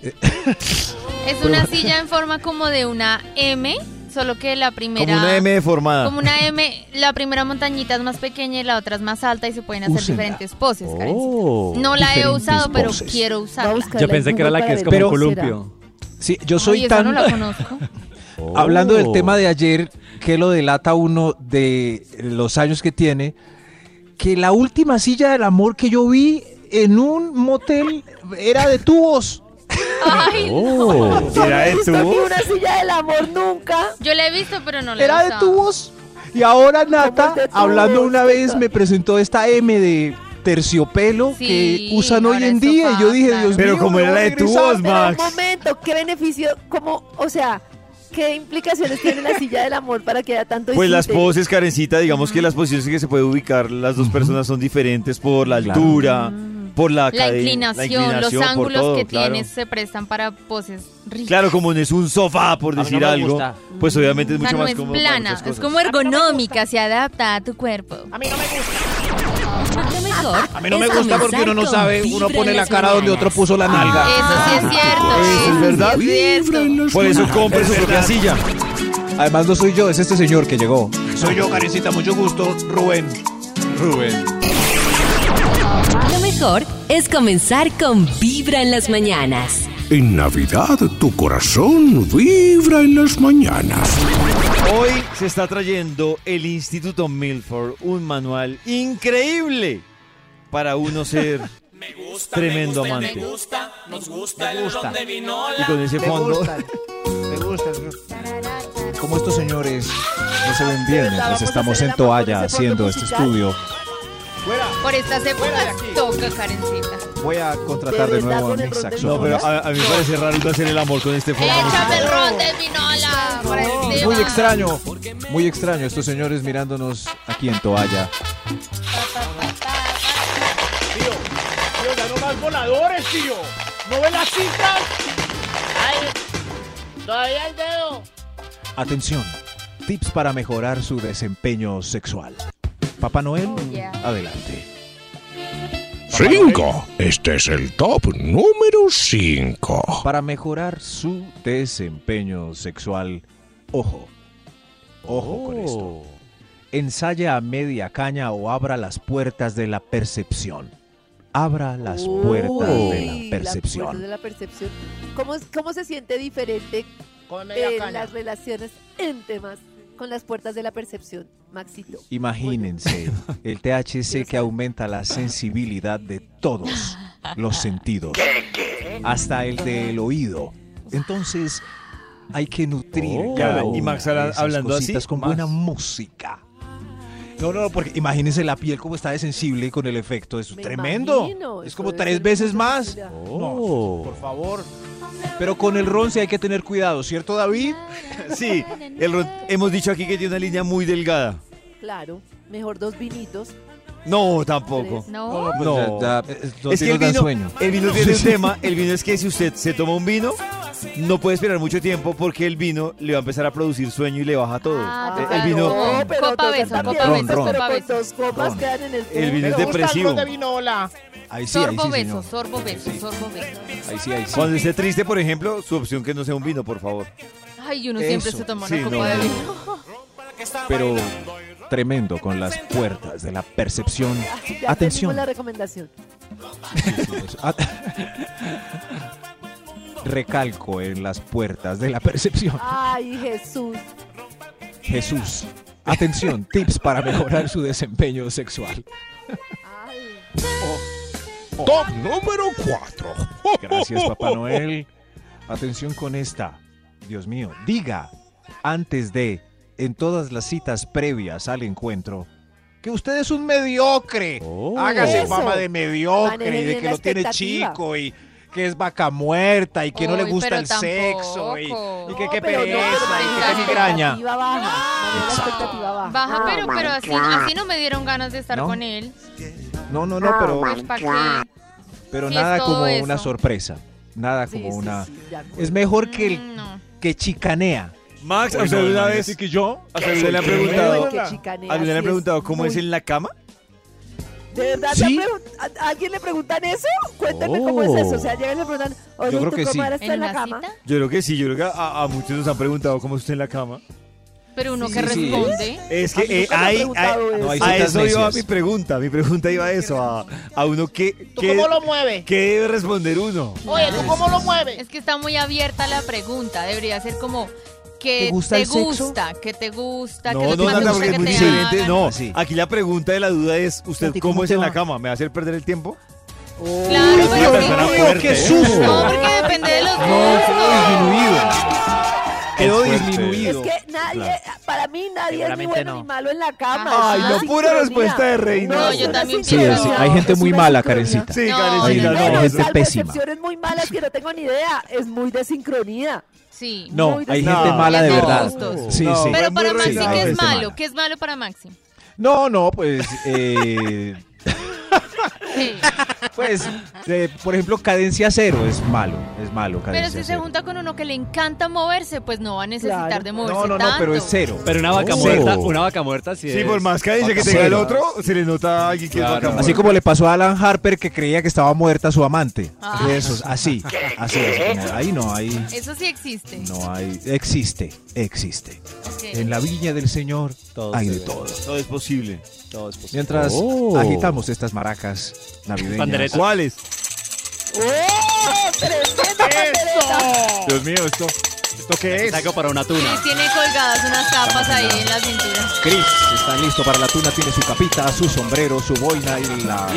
[SPEAKER 6] Es una silla en forma como de una M, solo que la primera...
[SPEAKER 2] Como una M deformada.
[SPEAKER 6] Como una M, la primera montañita es más pequeña y la otra es más alta y se pueden hacer
[SPEAKER 5] Úsenla.
[SPEAKER 6] diferentes poses, Karencita.
[SPEAKER 7] Oh.
[SPEAKER 6] No la he
[SPEAKER 5] Diferentes
[SPEAKER 6] usado, pero
[SPEAKER 5] poses.
[SPEAKER 6] quiero
[SPEAKER 4] Va a
[SPEAKER 6] usarla.
[SPEAKER 4] buscarla
[SPEAKER 7] Yo
[SPEAKER 4] en
[SPEAKER 7] pensé que era la
[SPEAKER 4] Google
[SPEAKER 7] que es
[SPEAKER 4] para
[SPEAKER 7] como un
[SPEAKER 4] ver cómo será.
[SPEAKER 7] columpio.
[SPEAKER 5] Sí, yo soy
[SPEAKER 6] Ay, esa
[SPEAKER 5] tan...
[SPEAKER 6] no la conozco.
[SPEAKER 5] Hablando del
[SPEAKER 7] Oh.
[SPEAKER 5] tema de ayer, que lo delata uno de los años que tiene, que la última silla del amor que yo vi en un motel era de tubos.
[SPEAKER 6] Ay,
[SPEAKER 7] Oh.
[SPEAKER 4] Yo no
[SPEAKER 2] ¿Era
[SPEAKER 4] he
[SPEAKER 2] de
[SPEAKER 4] visto
[SPEAKER 2] tubos?
[SPEAKER 4] ni una silla del amor nunca.
[SPEAKER 6] yo la he visto, pero no la he
[SPEAKER 5] Era de
[SPEAKER 6] usado.
[SPEAKER 5] tubos. Y ahora Nata,
[SPEAKER 4] es de tubos?
[SPEAKER 5] hablando una vez, me presentó esta M de terciopelo
[SPEAKER 6] Sí,
[SPEAKER 5] que usan hoy
[SPEAKER 6] ahora
[SPEAKER 5] en
[SPEAKER 6] eso
[SPEAKER 5] día. Y yo dije,
[SPEAKER 6] pasa.
[SPEAKER 5] Dios
[SPEAKER 2] Pero
[SPEAKER 5] mío,
[SPEAKER 2] como
[SPEAKER 5] me
[SPEAKER 2] era
[SPEAKER 5] voy a
[SPEAKER 2] de
[SPEAKER 5] regresar.
[SPEAKER 2] tubos,
[SPEAKER 4] Pero
[SPEAKER 2] Max.
[SPEAKER 4] un momento, ¿qué beneficio? ¿Cómo? O sea, ¿qué implicaciones tiene la silla del amor para que haya tanto
[SPEAKER 2] Pues las
[SPEAKER 4] disfrute?
[SPEAKER 2] poses, Karencita, digamos que las posiciones en que se puede ubicar las dos personas son diferentes por la
[SPEAKER 5] Claro.
[SPEAKER 2] altura, por la,
[SPEAKER 6] La
[SPEAKER 2] cadena,
[SPEAKER 6] inclinación,
[SPEAKER 2] la
[SPEAKER 6] los
[SPEAKER 2] inclinación, por
[SPEAKER 6] ángulos
[SPEAKER 2] todo,
[SPEAKER 6] que
[SPEAKER 2] claro.
[SPEAKER 6] tienes se prestan para poses ricas.
[SPEAKER 2] Claro, como no es un sofá, por
[SPEAKER 7] mí
[SPEAKER 2] decir
[SPEAKER 7] no me
[SPEAKER 2] algo,
[SPEAKER 7] gusta.
[SPEAKER 2] pues obviamente es
[SPEAKER 6] O sea,
[SPEAKER 2] mucho
[SPEAKER 6] Mm. no
[SPEAKER 2] más
[SPEAKER 6] es
[SPEAKER 2] cómodo para
[SPEAKER 6] plana,
[SPEAKER 2] muchas
[SPEAKER 6] es
[SPEAKER 2] cosas.
[SPEAKER 6] como ergonómica, se adapta a tu cuerpo.
[SPEAKER 1] Lo mejor
[SPEAKER 5] A mí no
[SPEAKER 1] es
[SPEAKER 5] me gusta
[SPEAKER 1] comenzar
[SPEAKER 5] porque uno no
[SPEAKER 1] con
[SPEAKER 5] sabe,
[SPEAKER 1] Vibra
[SPEAKER 5] uno pone
[SPEAKER 1] en
[SPEAKER 5] la
[SPEAKER 1] las
[SPEAKER 5] cara donde otro
[SPEAKER 1] mañanas.
[SPEAKER 5] puso la nalga.
[SPEAKER 6] Eso sí es cierto.
[SPEAKER 2] Eso es
[SPEAKER 6] eso sí
[SPEAKER 2] verdad.
[SPEAKER 9] Vibra en
[SPEAKER 6] cierto.
[SPEAKER 9] las
[SPEAKER 2] Por eso
[SPEAKER 9] mañanas.
[SPEAKER 2] compre su propia silla.
[SPEAKER 5] Además no soy yo, es este señor que llegó. Soy yo, Karencita, mucho gusto, Rubén. Rubén.
[SPEAKER 1] Lo mejor es comenzar con Vibra en las mañanas.
[SPEAKER 9] En Navidad tu corazón vibra en las mañanas.
[SPEAKER 2] Hoy se está trayendo el Instituto Milford un manual increíble para uno ser tremendo amante. Y con ese fondo,
[SPEAKER 5] Como estos señores no se ven bien mientras
[SPEAKER 4] vamos a
[SPEAKER 5] estamos
[SPEAKER 4] hacer
[SPEAKER 5] en
[SPEAKER 4] el amor con ese
[SPEAKER 5] toalla
[SPEAKER 4] fondo
[SPEAKER 5] haciendo este
[SPEAKER 4] musical.
[SPEAKER 5] estudio,
[SPEAKER 6] Por estas épocas toca, Karencita.
[SPEAKER 5] voy a contratar
[SPEAKER 4] Pero
[SPEAKER 5] de
[SPEAKER 4] está
[SPEAKER 5] nuevo a
[SPEAKER 4] con el
[SPEAKER 5] mi
[SPEAKER 4] rondel.
[SPEAKER 2] no, pero a,
[SPEAKER 5] saxofonista.
[SPEAKER 2] a mí me parece raro uno hacer el amor con este fondo.
[SPEAKER 6] Échame el ron de vinola. por
[SPEAKER 5] Es
[SPEAKER 6] encima.
[SPEAKER 5] muy extraño, muy extraño estos señores mirándonos aquí en toalla.
[SPEAKER 8] Tío, tío, ya no más voladores, tío. ¿No ven las cintas?
[SPEAKER 5] Atención, tips para mejorar su desempeño sexual. Papá Noel,
[SPEAKER 6] Oh, yeah.
[SPEAKER 5] adelante.
[SPEAKER 9] 5. Este es el top número 5.
[SPEAKER 5] Para mejorar Oh. su desempeño sexual, ojo, ojo con esto. ensaya a media caña o abra las puertas de la percepción. Abra las puertas de
[SPEAKER 4] Uy,
[SPEAKER 5] la
[SPEAKER 4] las
[SPEAKER 5] percepción.
[SPEAKER 4] puertas de la percepción. ¿Cómo, es- cómo se siente diferente
[SPEAKER 8] Con media
[SPEAKER 4] en
[SPEAKER 8] caña.
[SPEAKER 4] las relaciones en temas con las puertas de la percepción, Maxito?
[SPEAKER 5] Imagínense el THC que aumenta la sensibilidad de todos los sentidos, hasta el del oído. Entonces hay que nutrir
[SPEAKER 2] Oh.
[SPEAKER 5] cada
[SPEAKER 2] Y
[SPEAKER 5] una
[SPEAKER 2] Max
[SPEAKER 5] de
[SPEAKER 2] habla-
[SPEAKER 5] esas
[SPEAKER 2] hablando así,
[SPEAKER 5] cositas con
[SPEAKER 2] más.
[SPEAKER 5] buena música. No, no, porque imagínense la piel como está de sensible con el efecto, eso es
[SPEAKER 4] Me
[SPEAKER 5] tremendo.
[SPEAKER 4] imagino,
[SPEAKER 5] es
[SPEAKER 4] eso
[SPEAKER 5] como
[SPEAKER 4] debe
[SPEAKER 5] tres
[SPEAKER 4] ser
[SPEAKER 5] veces
[SPEAKER 4] mucha
[SPEAKER 5] más.
[SPEAKER 4] facilidad.
[SPEAKER 2] Oh.
[SPEAKER 5] Por favor. Pero con el ron sí hay que tener cuidado, ¿cierto David?
[SPEAKER 2] Sí, el ron- hemos dicho aquí que tiene una línea muy delgada.
[SPEAKER 4] Claro, mejor dos vinitos.
[SPEAKER 2] No, tampoco.
[SPEAKER 4] Tres.
[SPEAKER 6] No,
[SPEAKER 2] No.
[SPEAKER 5] Ya- ya, eh, los
[SPEAKER 2] Es que el
[SPEAKER 5] vinos dan
[SPEAKER 2] vino,
[SPEAKER 5] sueño.
[SPEAKER 2] el vino tiene un tema. El vino es que si usted se toma un vino, no puede esperar mucho tiempo porque el vino le va a empezar a producir sueño y le baja todo.
[SPEAKER 6] Ah,
[SPEAKER 2] Eh, el
[SPEAKER 6] total.
[SPEAKER 2] vino,
[SPEAKER 6] No, pero Copa beso,
[SPEAKER 5] copa beso,
[SPEAKER 4] pero
[SPEAKER 6] copa
[SPEAKER 4] con
[SPEAKER 6] beso.
[SPEAKER 4] dos copas
[SPEAKER 5] Ron.
[SPEAKER 4] quedan en el fondo.
[SPEAKER 2] el vino es
[SPEAKER 8] Me gusta el
[SPEAKER 2] depresivo.
[SPEAKER 8] ron de vinola.
[SPEAKER 5] Ahí sí, ahí
[SPEAKER 6] sorbo
[SPEAKER 5] sí,
[SPEAKER 6] beso,
[SPEAKER 5] señor.
[SPEAKER 6] sorbo beso, sorbo beso.
[SPEAKER 5] Ahí sí, ahí sí.
[SPEAKER 2] Cuando esté triste, por ejemplo, su opción que no sea un vino, por favor.
[SPEAKER 6] Ay, uno siempre
[SPEAKER 5] Eso,
[SPEAKER 6] se toma
[SPEAKER 2] sí,
[SPEAKER 6] una copa
[SPEAKER 2] no,
[SPEAKER 6] de
[SPEAKER 2] no.
[SPEAKER 6] vino.
[SPEAKER 5] pero tremendo con las puertas de la percepción.
[SPEAKER 4] Ya
[SPEAKER 5] Atención.
[SPEAKER 4] tenemos la recomendación.
[SPEAKER 5] Ah, Recalco en las puertas de la percepción.
[SPEAKER 4] Ay, Jesús.
[SPEAKER 5] Jesús. Atención, tips para mejorar su desempeño sexual.
[SPEAKER 4] Ay.
[SPEAKER 9] Top número 4.
[SPEAKER 5] Gracias, Papá Noel. Atención con esta. Dios mío, diga antes de, en todas las citas previas al encuentro, que usted es un mediocre.
[SPEAKER 2] Oh.
[SPEAKER 5] Hágase
[SPEAKER 4] Eso.
[SPEAKER 5] fama de mediocre
[SPEAKER 4] Maneje
[SPEAKER 5] y de
[SPEAKER 4] bien
[SPEAKER 5] que
[SPEAKER 4] la
[SPEAKER 5] lo tiene
[SPEAKER 4] expectativa.
[SPEAKER 5] chico y que es vaca muerta y que no le
[SPEAKER 6] Uy,
[SPEAKER 5] gusta
[SPEAKER 6] pero
[SPEAKER 5] el sexo y,
[SPEAKER 6] tampoco.
[SPEAKER 5] y que
[SPEAKER 4] No,
[SPEAKER 5] qué
[SPEAKER 4] pero no,
[SPEAKER 5] pereza
[SPEAKER 4] pero
[SPEAKER 5] y que
[SPEAKER 4] la
[SPEAKER 5] qué migraña.
[SPEAKER 4] expectativa baja. Maneja la expectativa baja.
[SPEAKER 6] Baja, pero, pero así, así no me dieron ganas de estar
[SPEAKER 5] ¿No?
[SPEAKER 6] con él.
[SPEAKER 5] No, no, no, pero,
[SPEAKER 6] Pues, ¿pa' qué?
[SPEAKER 5] pero
[SPEAKER 6] Sí, es
[SPEAKER 5] nada
[SPEAKER 6] todo
[SPEAKER 5] como
[SPEAKER 6] eso.
[SPEAKER 5] una sorpresa. Nada
[SPEAKER 4] Sí,
[SPEAKER 5] como
[SPEAKER 4] sí,
[SPEAKER 5] una...
[SPEAKER 4] sí, de acuerdo.
[SPEAKER 5] Es mejor que el
[SPEAKER 6] Mm, no.
[SPEAKER 5] que chicanea.
[SPEAKER 2] Max,
[SPEAKER 5] Uy,
[SPEAKER 2] ¿a usted
[SPEAKER 5] no,
[SPEAKER 2] alguna
[SPEAKER 5] imagínate
[SPEAKER 2] vez
[SPEAKER 5] que yo?
[SPEAKER 2] a usted le han
[SPEAKER 4] Uy,
[SPEAKER 2] preguntado,
[SPEAKER 4] qué chicanea,
[SPEAKER 2] a usted le han
[SPEAKER 4] sí,
[SPEAKER 2] preguntado cómo
[SPEAKER 4] muy-
[SPEAKER 2] es en la cama?
[SPEAKER 4] ¿De verdad?
[SPEAKER 5] ¿Sí?
[SPEAKER 4] ¿te han pregun- a- ¿A alguien le preguntan eso? Cuéntame cómo es eso. O sea, llegan y le preguntan, oye,
[SPEAKER 5] Yo creo
[SPEAKER 4] ¿tu
[SPEAKER 5] que sí.
[SPEAKER 4] comadre está
[SPEAKER 6] ¿En
[SPEAKER 4] en la
[SPEAKER 6] una
[SPEAKER 4] cama?
[SPEAKER 6] cita?
[SPEAKER 2] Yo creo que sí, yo creo que a, a muchos nos han preguntado cómo es usted en la cama.
[SPEAKER 6] Pero uno
[SPEAKER 5] Sí,
[SPEAKER 6] que
[SPEAKER 5] sí,
[SPEAKER 6] responde.
[SPEAKER 2] Es
[SPEAKER 4] A
[SPEAKER 2] que
[SPEAKER 4] mí
[SPEAKER 2] eh,
[SPEAKER 4] nunca me han
[SPEAKER 2] ahí-
[SPEAKER 4] preguntado
[SPEAKER 2] ahí-
[SPEAKER 4] eso.
[SPEAKER 5] No, hay
[SPEAKER 2] a
[SPEAKER 5] citas
[SPEAKER 2] eso iba
[SPEAKER 5] necias.
[SPEAKER 2] mi pregunta, mi pregunta iba a eso, a, a uno que,
[SPEAKER 8] ¿Tú
[SPEAKER 2] que-
[SPEAKER 8] cómo lo mueves?
[SPEAKER 2] ¿qué debe responder uno.
[SPEAKER 8] Oye, ¿tú cómo lo mueves?
[SPEAKER 6] Es que está muy abierta la pregunta. Debería ser como que
[SPEAKER 5] ¿Te gusta
[SPEAKER 6] te
[SPEAKER 5] el sexo?
[SPEAKER 6] gusta, que te gusta,
[SPEAKER 2] No,
[SPEAKER 6] que
[SPEAKER 2] no,
[SPEAKER 6] lo que más
[SPEAKER 2] Nata,
[SPEAKER 6] te
[SPEAKER 2] porque
[SPEAKER 6] gusta
[SPEAKER 2] es
[SPEAKER 6] que
[SPEAKER 2] muy
[SPEAKER 6] te
[SPEAKER 2] diferente.
[SPEAKER 6] hagan.
[SPEAKER 2] No,
[SPEAKER 5] Sí.
[SPEAKER 2] aquí la pregunta de la duda es, ¿usted
[SPEAKER 5] Nati, ¿cómo
[SPEAKER 2] cómo es
[SPEAKER 5] te
[SPEAKER 2] en la
[SPEAKER 5] va?
[SPEAKER 2] cama? ¿Me va a hacer perder el tiempo?
[SPEAKER 6] Claro,
[SPEAKER 2] Dios mío,
[SPEAKER 6] pero sí.
[SPEAKER 2] persona
[SPEAKER 5] mío,
[SPEAKER 2] fuerte,
[SPEAKER 5] qué
[SPEAKER 2] ¿eh?
[SPEAKER 5] susto.
[SPEAKER 6] No, porque depende de los
[SPEAKER 5] disminuido.
[SPEAKER 2] Quedó
[SPEAKER 5] Es fuerte.
[SPEAKER 2] disminuido.
[SPEAKER 4] Es que nadie, para mí nadie es ni bueno ni malo en la cama.
[SPEAKER 6] Ajá.
[SPEAKER 4] es
[SPEAKER 6] Ay,
[SPEAKER 4] una
[SPEAKER 6] no,
[SPEAKER 2] pura
[SPEAKER 4] sincronía.
[SPEAKER 2] respuesta de reina.
[SPEAKER 6] No,
[SPEAKER 4] es
[SPEAKER 6] yo
[SPEAKER 4] una
[SPEAKER 6] también
[SPEAKER 5] Sí,
[SPEAKER 4] sincronía.
[SPEAKER 5] es- hay gente
[SPEAKER 4] Es
[SPEAKER 5] muy
[SPEAKER 4] una
[SPEAKER 5] mala,
[SPEAKER 4] sincronía.
[SPEAKER 5] Karencita.
[SPEAKER 2] Sí,
[SPEAKER 6] No,
[SPEAKER 2] Karencita,
[SPEAKER 6] no,
[SPEAKER 2] no.
[SPEAKER 4] Bueno,
[SPEAKER 5] hay gente
[SPEAKER 4] salvo
[SPEAKER 5] pésima.
[SPEAKER 4] excepciones muy malas que no tengo ni idea. Es muy de sincronía.
[SPEAKER 6] Sí.
[SPEAKER 5] No,
[SPEAKER 4] Muy
[SPEAKER 5] hay
[SPEAKER 4] decepcionante.
[SPEAKER 5] gente mala de
[SPEAKER 6] No.
[SPEAKER 5] verdad.
[SPEAKER 6] Gustos.
[SPEAKER 5] Sí,
[SPEAKER 2] No.
[SPEAKER 5] sí.
[SPEAKER 6] Pero
[SPEAKER 2] muy
[SPEAKER 6] para Maxi,
[SPEAKER 2] regalado
[SPEAKER 6] ¿qué
[SPEAKER 5] este
[SPEAKER 6] es malo?
[SPEAKER 5] man.
[SPEAKER 6] ¿Qué es malo para Maxi?
[SPEAKER 5] No, no, pues, eh,
[SPEAKER 6] Sí.
[SPEAKER 5] pues, eh, por ejemplo, cadencia cero es malo, es malo.
[SPEAKER 6] Pero si
[SPEAKER 5] cadencia
[SPEAKER 6] se
[SPEAKER 5] cero.
[SPEAKER 6] junta con uno que le encanta moverse, pues no va a necesitar
[SPEAKER 4] Claro.
[SPEAKER 6] de
[SPEAKER 5] No,
[SPEAKER 6] moverse
[SPEAKER 5] no, no,
[SPEAKER 6] tanto.
[SPEAKER 5] pero es cero.
[SPEAKER 7] Pero una vaca
[SPEAKER 5] Oh.
[SPEAKER 7] muerta, una vaca muerta sí
[SPEAKER 2] Sí,
[SPEAKER 7] es-
[SPEAKER 2] por más cadencia que
[SPEAKER 5] Vaca
[SPEAKER 2] tenga el
[SPEAKER 5] cero.
[SPEAKER 2] otro, se le nota a alguien que es
[SPEAKER 7] Claro.
[SPEAKER 2] vaca
[SPEAKER 5] Así como le pasó a Alan Harper que creía que estaba muerta su amante.
[SPEAKER 6] Ah.
[SPEAKER 5] De esos, así, así, así. Ahí no hay,
[SPEAKER 6] Eso sí existe.
[SPEAKER 5] no hay, existe, existe.
[SPEAKER 6] Ok.
[SPEAKER 5] En la viña del Señor
[SPEAKER 7] Todo
[SPEAKER 5] hay
[SPEAKER 7] se
[SPEAKER 5] de
[SPEAKER 7] ve.
[SPEAKER 5] todo.
[SPEAKER 2] Todo es posible.
[SPEAKER 7] Todo es posible.
[SPEAKER 5] Mientras
[SPEAKER 7] Oh.
[SPEAKER 5] agitamos estas maracas navideñas.
[SPEAKER 7] Panderetas.
[SPEAKER 2] ¿Cuáles?
[SPEAKER 4] ¡Oh! ¡Tremenda pandereta!
[SPEAKER 5] Dios mío, esto, ¿esto qué es?
[SPEAKER 7] Saco para una
[SPEAKER 6] Sí,
[SPEAKER 7] tuna.
[SPEAKER 6] tiene colgadas unas tapas ahí en la cintura.
[SPEAKER 5] Chris, están listos para la tuna, tiene su capita, su sombrero, su boina y la...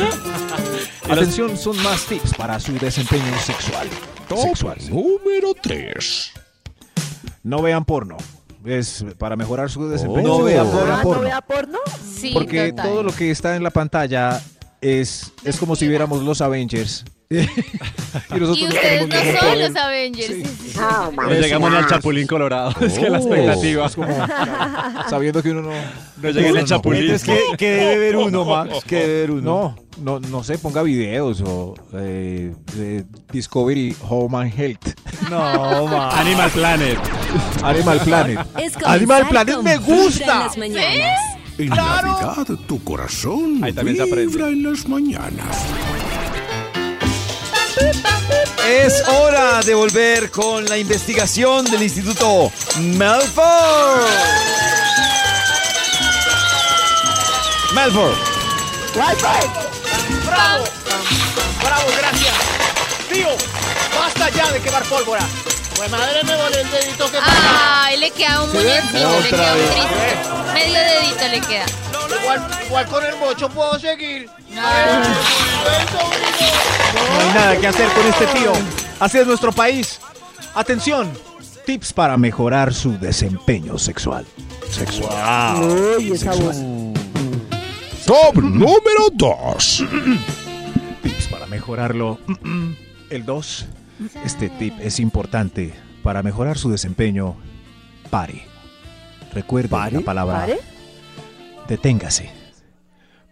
[SPEAKER 5] Atención, son más tips para su desempeño sexual. Sexual.
[SPEAKER 9] Número 3.
[SPEAKER 5] No vean porno. Es para mejorar su desempeño.
[SPEAKER 2] No vean
[SPEAKER 5] sexual.
[SPEAKER 2] porno.
[SPEAKER 4] Ah, ¿No vea porno?
[SPEAKER 6] Sí,
[SPEAKER 5] Porque
[SPEAKER 6] total.
[SPEAKER 5] todo lo que está en la pantalla es, es como si viéramos los Avengers. y nosotros
[SPEAKER 6] Y
[SPEAKER 5] no
[SPEAKER 6] ustedes
[SPEAKER 5] tenemos ningún
[SPEAKER 6] no son
[SPEAKER 5] poder.
[SPEAKER 6] los Avengers. sí, sí.
[SPEAKER 7] No llegamos ni al Chapulín Colorado. Es que la expectativa.
[SPEAKER 5] Es como sabiendo que uno no...
[SPEAKER 7] No llegué ni al Chapulín.
[SPEAKER 2] Entonces, ¿qué, qué debe ver uno, Max? ¿Qué debe ver uno?
[SPEAKER 5] No, no, no sé, ponga videos o eh, eh, Discovery Home and Health.
[SPEAKER 2] No, Max.
[SPEAKER 7] Animal Planet.
[SPEAKER 5] Animal Planet.
[SPEAKER 1] Es comenzar
[SPEAKER 5] Animal Planet
[SPEAKER 1] con
[SPEAKER 5] me
[SPEAKER 1] Vibra en
[SPEAKER 5] gusta.
[SPEAKER 1] las mañanas.
[SPEAKER 9] En Navidad tu corazón
[SPEAKER 7] Ahí también se aprende.
[SPEAKER 9] vibra en las mañanas.
[SPEAKER 2] Es hora de volver con la investigación del Instituto Melford. Melford.
[SPEAKER 4] Walford.
[SPEAKER 8] ¡Bravo! ¡Bravo, gracias! ¡Tío! ¡Basta ya de quemar pólvora!
[SPEAKER 10] Pues madre me volé el dedito que
[SPEAKER 6] Ay, le queda un muñequito, le queda un
[SPEAKER 2] vez.
[SPEAKER 5] ¿Eh?
[SPEAKER 6] triste. Medio dedito le queda.
[SPEAKER 10] igual, igual con el bocho puedo seguir. Ay, sobrino.
[SPEAKER 3] No hay nada que hacer con este tío. Así es nuestro país. Atención. Tips para mejorar su desempeño sexual. Sexual.
[SPEAKER 4] Uy, esa voz.
[SPEAKER 9] Top número 2.
[SPEAKER 5] Tips para mejorarlo. El 2. Este tip es importante para mejorar su desempeño. Pare. Recuerde la palabra.
[SPEAKER 4] ¿Pare?
[SPEAKER 5] Deténgase.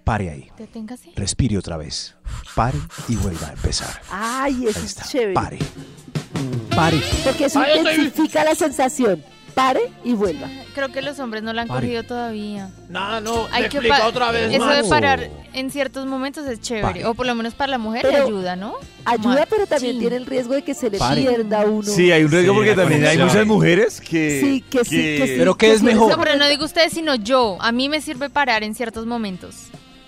[SPEAKER 5] Pare ahí.
[SPEAKER 6] ¿Te tengo así?
[SPEAKER 5] Respire otra vez. Pare y vuelva a empezar.
[SPEAKER 4] Ay,
[SPEAKER 5] Ahí
[SPEAKER 4] eso
[SPEAKER 5] está.
[SPEAKER 4] es chévere.
[SPEAKER 5] Pare. Pare.
[SPEAKER 4] Porque eso
[SPEAKER 10] Ay, estoy-
[SPEAKER 4] intensifica la sensación. Pare y vuelva.
[SPEAKER 6] Creo que los hombres no la han
[SPEAKER 5] Pare.
[SPEAKER 6] cogido todavía.
[SPEAKER 10] Nada, no,
[SPEAKER 6] Hay
[SPEAKER 10] me
[SPEAKER 6] que
[SPEAKER 10] explica
[SPEAKER 6] pa-
[SPEAKER 10] otra vez
[SPEAKER 6] Eso
[SPEAKER 10] más.
[SPEAKER 6] de parar en ciertos momentos es chévere.
[SPEAKER 5] Pare.
[SPEAKER 6] O por lo menos para la mujer
[SPEAKER 4] Pero-
[SPEAKER 6] ayuda, ¿no?
[SPEAKER 4] Ayuda,
[SPEAKER 6] Mar-
[SPEAKER 4] pero también
[SPEAKER 6] Sí.
[SPEAKER 4] tiene el riesgo de que se le
[SPEAKER 5] Pare.
[SPEAKER 4] pierda uno.
[SPEAKER 2] Sí, hay un riesgo porque también hay muchas mujeres que.
[SPEAKER 4] Sí, que sí, que sí.
[SPEAKER 7] Pero ¿qué es
[SPEAKER 4] sí,
[SPEAKER 7] mejor?
[SPEAKER 4] esa
[SPEAKER 6] No, pero no digo ustedes, sino yo. A mí me sirve parar en ciertos momentos.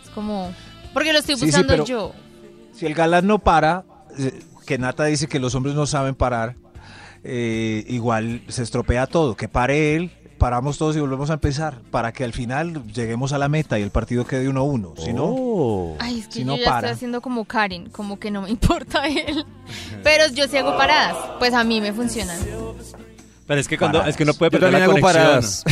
[SPEAKER 6] Es como... Porque lo estoy
[SPEAKER 5] Sí, sí,
[SPEAKER 6] buscando
[SPEAKER 5] pero-
[SPEAKER 6] yo.
[SPEAKER 5] Si el galán no para, eh, que Nata dice que los hombres no saben parar, eh, igual se estropea todo. Que pare él, paramos todos y volvemos a empezar. Para que al final lleguemos a la meta y el partido quede 1-1. Si no,
[SPEAKER 2] Oh.
[SPEAKER 6] Ay, es que
[SPEAKER 5] Si
[SPEAKER 6] yo
[SPEAKER 5] no
[SPEAKER 6] ya
[SPEAKER 5] para.
[SPEAKER 6] estoy haciendo como Karen, como que no me importa él. Pero yo sí hago paradas, pues a mí me funcionan.
[SPEAKER 7] Pero es que cuando es que uno puede
[SPEAKER 2] Yo
[SPEAKER 7] perder la
[SPEAKER 2] también hago
[SPEAKER 7] conexión.
[SPEAKER 2] paradas.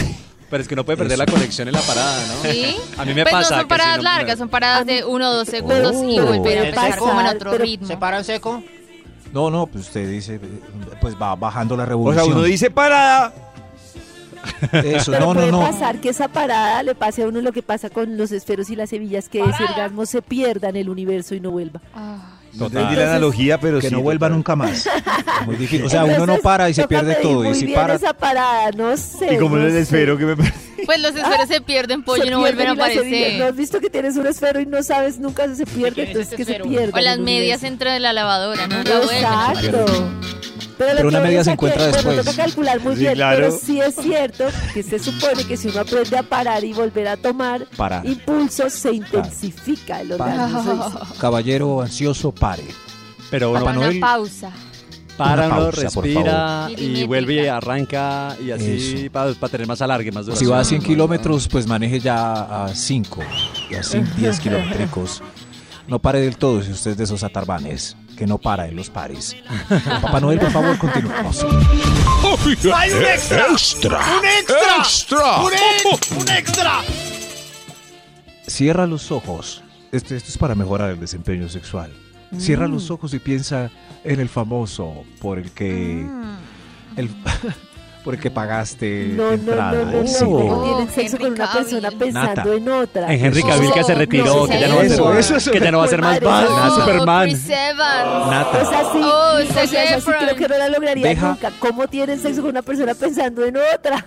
[SPEAKER 7] Pero es que uno puede perder la conexión en la parada, ¿no?
[SPEAKER 6] ¿Sí?
[SPEAKER 7] A mí me
[SPEAKER 6] pues
[SPEAKER 7] pasa
[SPEAKER 6] no
[SPEAKER 7] que
[SPEAKER 6] son paradas
[SPEAKER 7] si no-
[SPEAKER 6] largas, son paradas de uno o dos segundos y
[SPEAKER 4] Pero
[SPEAKER 6] volver a
[SPEAKER 4] puede
[SPEAKER 6] empezar como en
[SPEAKER 4] pasar,
[SPEAKER 6] otro
[SPEAKER 4] pero-
[SPEAKER 6] ritmo.
[SPEAKER 10] ¿Se paran seco?
[SPEAKER 5] no, no, pues usted dice, eh, pues va bajando la
[SPEAKER 2] O
[SPEAKER 5] revolución.
[SPEAKER 2] sea, uno dice parada.
[SPEAKER 5] Eso,
[SPEAKER 4] Pero
[SPEAKER 5] no, no,
[SPEAKER 4] puede
[SPEAKER 5] no.
[SPEAKER 4] pasar que esa parada le pase a uno lo que pasa con los esferos y las semillas, que ese orgasmo se pierda en el universo y no vuelva.
[SPEAKER 6] Ah,
[SPEAKER 2] No
[SPEAKER 5] Total.
[SPEAKER 2] entendí la analogía, pero
[SPEAKER 5] Que
[SPEAKER 2] sí,
[SPEAKER 5] no vuelva
[SPEAKER 2] total.
[SPEAKER 5] nunca más. Muy difícil. O sea, uno no
[SPEAKER 4] Entonces,
[SPEAKER 5] para y se
[SPEAKER 4] toca
[SPEAKER 5] pierde
[SPEAKER 4] medir
[SPEAKER 5] todo. Y
[SPEAKER 4] muy
[SPEAKER 5] si
[SPEAKER 4] bien
[SPEAKER 5] para,
[SPEAKER 4] esa parada, no sé.
[SPEAKER 2] Y como
[SPEAKER 4] no
[SPEAKER 2] no le
[SPEAKER 4] sé.
[SPEAKER 2] espero que me.
[SPEAKER 6] Pues los esferos se pierden, pollo,
[SPEAKER 4] Se
[SPEAKER 6] y no vuelven a
[SPEAKER 4] pierden y las semillas- ¿No
[SPEAKER 6] aparecer.
[SPEAKER 4] has visto que tienes un esfero y no sabes nunca si se pierde?
[SPEAKER 10] quién es
[SPEAKER 4] Entonces
[SPEAKER 10] ese
[SPEAKER 4] que se
[SPEAKER 10] esfero?
[SPEAKER 4] pierde.
[SPEAKER 6] O las medias dentro de la lavadora, ¿no? La vuelven.
[SPEAKER 4] Exacto. lo
[SPEAKER 5] Pero una
[SPEAKER 4] que voy
[SPEAKER 5] media
[SPEAKER 4] es
[SPEAKER 5] se
[SPEAKER 4] a
[SPEAKER 5] encuentra
[SPEAKER 4] que, Bueno,
[SPEAKER 5] después.
[SPEAKER 4] toca calcular muy
[SPEAKER 2] Sí,
[SPEAKER 4] bien,
[SPEAKER 2] claro.
[SPEAKER 4] pero sí es cierto que se supone que si uno aprende a parar y volver a tomar
[SPEAKER 5] para.
[SPEAKER 4] impulsos,
[SPEAKER 5] Ah.
[SPEAKER 4] se intensifica el orgasmo. Se dice.
[SPEAKER 5] Caballero ansioso, pare.
[SPEAKER 7] Pero uno
[SPEAKER 5] Papá
[SPEAKER 6] Una
[SPEAKER 5] Noel.
[SPEAKER 6] pausa.
[SPEAKER 7] para,
[SPEAKER 5] Una
[SPEAKER 7] uno
[SPEAKER 5] pausa, por
[SPEAKER 7] respira
[SPEAKER 6] favor.
[SPEAKER 7] y vuelve y arranca y así para tener más alargue, más
[SPEAKER 5] Pues Si
[SPEAKER 7] duración.
[SPEAKER 5] va a 100 kilómetros, pues maneje ya a 5 y a 10 kilométricos. No pare del todo si usted es de esos atarbanes que no para en los pares. Papá Noel, por favor, continuemos.
[SPEAKER 8] ¡Hay un extra!
[SPEAKER 9] E-, ¡Extra!
[SPEAKER 8] ¡Un extra!
[SPEAKER 9] ¡Extra!
[SPEAKER 8] ¡Un, ex- un extra!
[SPEAKER 5] Cierra los ojos. Este- esto es para mejorar el desempeño sexual. Cierra
[SPEAKER 4] Mm.
[SPEAKER 5] los ojos y piensa en el famoso por el que
[SPEAKER 6] Mm.
[SPEAKER 5] el, por el que pagaste
[SPEAKER 4] Ah. No, no,
[SPEAKER 5] entrada.
[SPEAKER 4] no, no, no,
[SPEAKER 5] Sí.
[SPEAKER 4] no.
[SPEAKER 6] Oh,
[SPEAKER 4] Tienen sexo con una
[SPEAKER 6] Henry
[SPEAKER 4] persona
[SPEAKER 6] Cavill.
[SPEAKER 4] pensando
[SPEAKER 5] Nata.
[SPEAKER 4] en otra.
[SPEAKER 7] En Henry Cavill que se retiró,
[SPEAKER 6] No,
[SPEAKER 7] que ya no va a ser,
[SPEAKER 5] eso, eso, eso.
[SPEAKER 7] que ya no va a ser más Batman,
[SPEAKER 6] Oh,
[SPEAKER 7] Superman.
[SPEAKER 6] Chris Evans.
[SPEAKER 5] Nata.
[SPEAKER 4] O sea, sí,
[SPEAKER 6] Oh,
[SPEAKER 4] o sea,
[SPEAKER 6] Zac
[SPEAKER 4] esa sí
[SPEAKER 6] Efron.
[SPEAKER 4] creo que no la lograría
[SPEAKER 5] Deja-
[SPEAKER 4] nunca. ¿Cómo tienen sexo con una persona pensando en otra?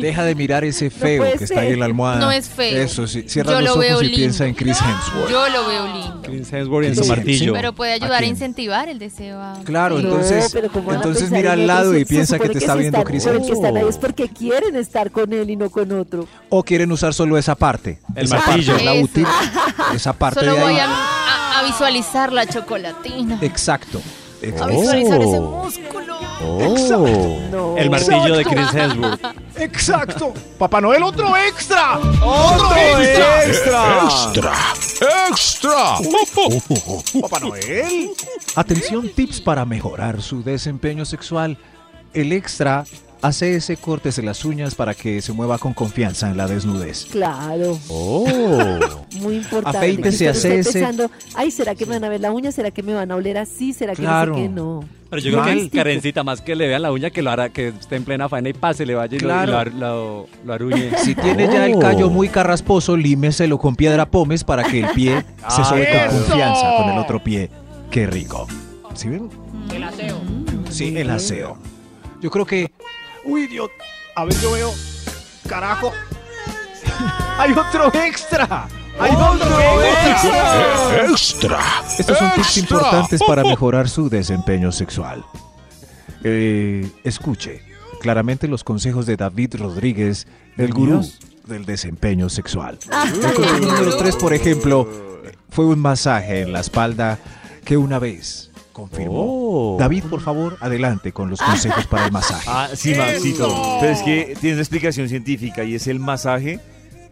[SPEAKER 5] Deja de mirar ese feo
[SPEAKER 4] puede
[SPEAKER 5] que está ahí en la
[SPEAKER 4] ser.
[SPEAKER 5] almohada.
[SPEAKER 6] No es feo.
[SPEAKER 5] Eso, sí. Cierra
[SPEAKER 6] Yo
[SPEAKER 5] los
[SPEAKER 6] lo
[SPEAKER 5] ojos
[SPEAKER 6] veo
[SPEAKER 5] y
[SPEAKER 6] lindo.
[SPEAKER 5] piensa en Chris Hemsworth.
[SPEAKER 6] Yo lo veo lindo.
[SPEAKER 7] Chris Hemsworth en
[SPEAKER 5] Sí,
[SPEAKER 7] su
[SPEAKER 5] sí.
[SPEAKER 7] martillo.
[SPEAKER 6] Pero puede
[SPEAKER 5] ¿A
[SPEAKER 6] ayudar a
[SPEAKER 5] quién?
[SPEAKER 6] incentivar el deseo. a-
[SPEAKER 5] Claro,
[SPEAKER 6] Sí.
[SPEAKER 5] entonces,
[SPEAKER 4] No, pero ¿cómo van a
[SPEAKER 5] entonces
[SPEAKER 4] pensar
[SPEAKER 5] mira
[SPEAKER 4] en
[SPEAKER 5] al
[SPEAKER 4] eso?
[SPEAKER 5] lado y
[SPEAKER 4] Se
[SPEAKER 5] piensa que
[SPEAKER 4] supone
[SPEAKER 5] te está
[SPEAKER 4] si
[SPEAKER 5] viendo
[SPEAKER 4] están-
[SPEAKER 5] Chris
[SPEAKER 4] por el que están ahí es
[SPEAKER 5] Hemsworth.
[SPEAKER 4] porque quieren estar con él y no con otro.
[SPEAKER 5] O quieren usar solo esa parte.
[SPEAKER 7] El
[SPEAKER 5] esa
[SPEAKER 7] martillo.
[SPEAKER 5] parte es la
[SPEAKER 6] Eso.
[SPEAKER 5] útil. Esa parte
[SPEAKER 6] Solo
[SPEAKER 5] de ahí.
[SPEAKER 6] voy a, a- a visualizar la chocolatina.
[SPEAKER 5] Exacto.
[SPEAKER 6] A
[SPEAKER 5] Exacto.
[SPEAKER 6] visualizar ese
[SPEAKER 9] Oh.
[SPEAKER 6] músculo.
[SPEAKER 4] No.
[SPEAKER 7] El martillo de Chris Hemsworth.
[SPEAKER 8] ¡Exacto! ¡Papá Noel, otro extra!
[SPEAKER 2] ¡Otro extra!
[SPEAKER 9] ¡Extra! ¡Extra!
[SPEAKER 8] ¡Papá Noel!
[SPEAKER 5] Atención, tips para mejorar su desempeño sexual. El extra hace ese cortes en las uñas para que se mueva con confianza en la desnudez.
[SPEAKER 4] Claro.
[SPEAKER 9] Oh.
[SPEAKER 4] Muy importante.
[SPEAKER 5] Afeítese,
[SPEAKER 4] Que usted esté
[SPEAKER 5] hace ese-
[SPEAKER 4] pensando, ay, ¿será que me van a ver la uña? ¿Será que me van a oler así? ¿Será que
[SPEAKER 5] Claro.
[SPEAKER 4] no sé qué? No.
[SPEAKER 7] Pero yo creo que
[SPEAKER 5] Mal.
[SPEAKER 7] Karencita, más que le vean la uña, que lo hará, que esté en plena faena y pase, le vaya y lo-
[SPEAKER 5] Claro.
[SPEAKER 7] y lo, lo- lo aruñe.
[SPEAKER 5] Si tiene ya el callo muy carrasposo, límeselo con piedra pómez para que el pie se sobe
[SPEAKER 8] ¡Ah,
[SPEAKER 5] con
[SPEAKER 8] eso!
[SPEAKER 5] confianza con el otro pie. Qué rico. ¿Sí ven?
[SPEAKER 10] El aseo.
[SPEAKER 5] Sí, el aseo. Yo creo que
[SPEAKER 8] ¡Uy, Dios! A ver, yo veo. ¡Carajo! ¡Hay otro extra! ¡Hay otro extra!
[SPEAKER 9] ¡Extra!
[SPEAKER 5] estos son tips
[SPEAKER 9] ¡Extra!
[SPEAKER 5] importantes para mejorar su desempeño sexual. Eh, escuche claramente los consejos de David Rodríguez, el gurú del desempeño sexual.
[SPEAKER 4] Ah.
[SPEAKER 5] El conflicto número 3, por ejemplo, fue un masaje en la espalda que una vez
[SPEAKER 4] Oh.
[SPEAKER 5] confirmó. David, por favor, adelante con los consejos para el masaje.
[SPEAKER 2] Ah, sí, Maxito. Pero es que tiene una explicación científica y es el masaje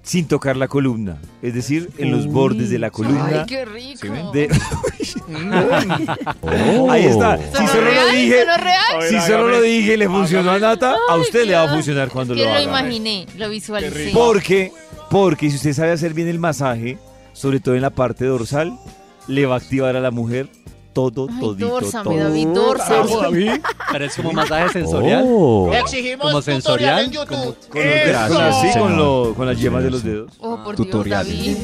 [SPEAKER 2] sin tocar la columna. Es decir, en los bordes de la columna.
[SPEAKER 6] Ay, qué rico.
[SPEAKER 2] de-
[SPEAKER 6] Oh.
[SPEAKER 2] Ahí está. Si
[SPEAKER 6] ¿Sonó
[SPEAKER 2] solo lo
[SPEAKER 6] real?
[SPEAKER 2] dije,
[SPEAKER 6] ¿Sonó real?
[SPEAKER 8] A ver,
[SPEAKER 2] si solo
[SPEAKER 8] hágame.
[SPEAKER 2] lo dije y le funcionó a Nata, a
[SPEAKER 6] Ay,
[SPEAKER 2] usted le va a
[SPEAKER 6] Dios.
[SPEAKER 2] funcionar cuando
[SPEAKER 6] Es
[SPEAKER 2] lo
[SPEAKER 6] que lo
[SPEAKER 2] haga.
[SPEAKER 6] imaginé, lo visualicé.
[SPEAKER 2] Porque, porque si usted sabe hacer bien el masaje, sobre todo en la parte dorsal, le va a activar a la mujer todo,
[SPEAKER 6] Ay,
[SPEAKER 2] todito,
[SPEAKER 6] dórzame,
[SPEAKER 2] todo.
[SPEAKER 6] David, dórzame.
[SPEAKER 7] Pero es como masaje
[SPEAKER 5] Oh.
[SPEAKER 7] sensorial.
[SPEAKER 4] Eh,
[SPEAKER 10] Exigimos
[SPEAKER 7] Como
[SPEAKER 10] tutorial
[SPEAKER 7] sensorial,
[SPEAKER 10] en YouTube.
[SPEAKER 2] Con los dedos,
[SPEAKER 8] Eso.
[SPEAKER 2] con las- sí, con, lo- con las yemas de los dedos.
[SPEAKER 6] Oh, por
[SPEAKER 5] Tutorial.
[SPEAKER 6] Dios,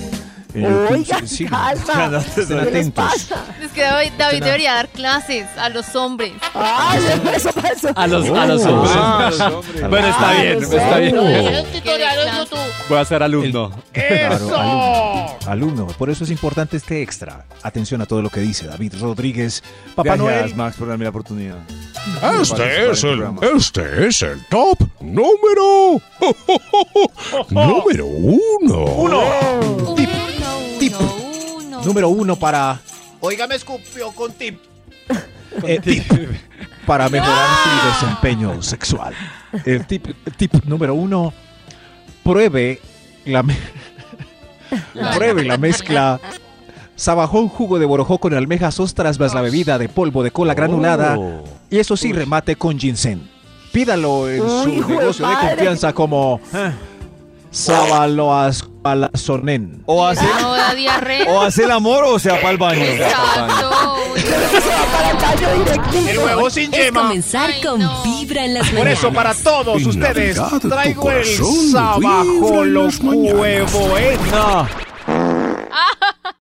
[SPEAKER 5] Eh,
[SPEAKER 4] Oiga, calma. ¿Qué les pasa?
[SPEAKER 6] David. Es que David, David debería dar clases a los hombres.
[SPEAKER 2] Oh.
[SPEAKER 4] Ay, eso pasó.
[SPEAKER 7] A los, Ah, a los hombres. Bueno, está
[SPEAKER 4] Ah,
[SPEAKER 7] bien,
[SPEAKER 4] los
[SPEAKER 7] está bien.
[SPEAKER 10] Exigen tutorial en YouTube.
[SPEAKER 7] Voy a ser alumno.
[SPEAKER 5] Claro, alumno.
[SPEAKER 8] ¡Eso!
[SPEAKER 5] Alumno, por eso es importante este extra. Atención a todo lo que dice David Rodríguez. Papá
[SPEAKER 2] Gracias,
[SPEAKER 5] Noel,
[SPEAKER 2] Max, por darme la oportunidad.
[SPEAKER 9] Este es el, este es el top número. número uno.
[SPEAKER 6] Uno,
[SPEAKER 5] tip.
[SPEAKER 6] uno, uno.
[SPEAKER 5] número uno para,
[SPEAKER 10] Oiga, me escupió con tip.
[SPEAKER 5] eh, tip para mejorar su desempeño sexual. El tip, tip número uno, pruebe la, me- pruebe la mezcla. Sabajón, jugo de borojó con almejas, ostras, más la bebida de polvo de cola granulada.
[SPEAKER 4] Oh.
[SPEAKER 5] Y eso sí, remate con ginseng. Pídalo en
[SPEAKER 4] Uy, hijo
[SPEAKER 5] su
[SPEAKER 4] de
[SPEAKER 5] negocio de
[SPEAKER 4] madre. Ah.
[SPEAKER 5] confianza como Sabaloaspalazonen.
[SPEAKER 2] O hace,
[SPEAKER 6] No da diarrea.
[SPEAKER 2] o hace el amor o se va para el baño.
[SPEAKER 6] Exacto.
[SPEAKER 4] Se va para el baño directito.
[SPEAKER 8] El huevo sin
[SPEAKER 1] Es
[SPEAKER 8] yema.
[SPEAKER 1] comenzar
[SPEAKER 6] Ay,
[SPEAKER 1] con
[SPEAKER 6] no.
[SPEAKER 1] vibra en las
[SPEAKER 8] Por
[SPEAKER 1] mañanas.
[SPEAKER 8] eso para todos
[SPEAKER 9] En
[SPEAKER 8] ustedes
[SPEAKER 9] Navidad, tu
[SPEAKER 8] traigo el
[SPEAKER 9] corazón vibra en
[SPEAKER 8] sabajolo
[SPEAKER 9] las mañanas.
[SPEAKER 8] huevo. eh.
[SPEAKER 2] No,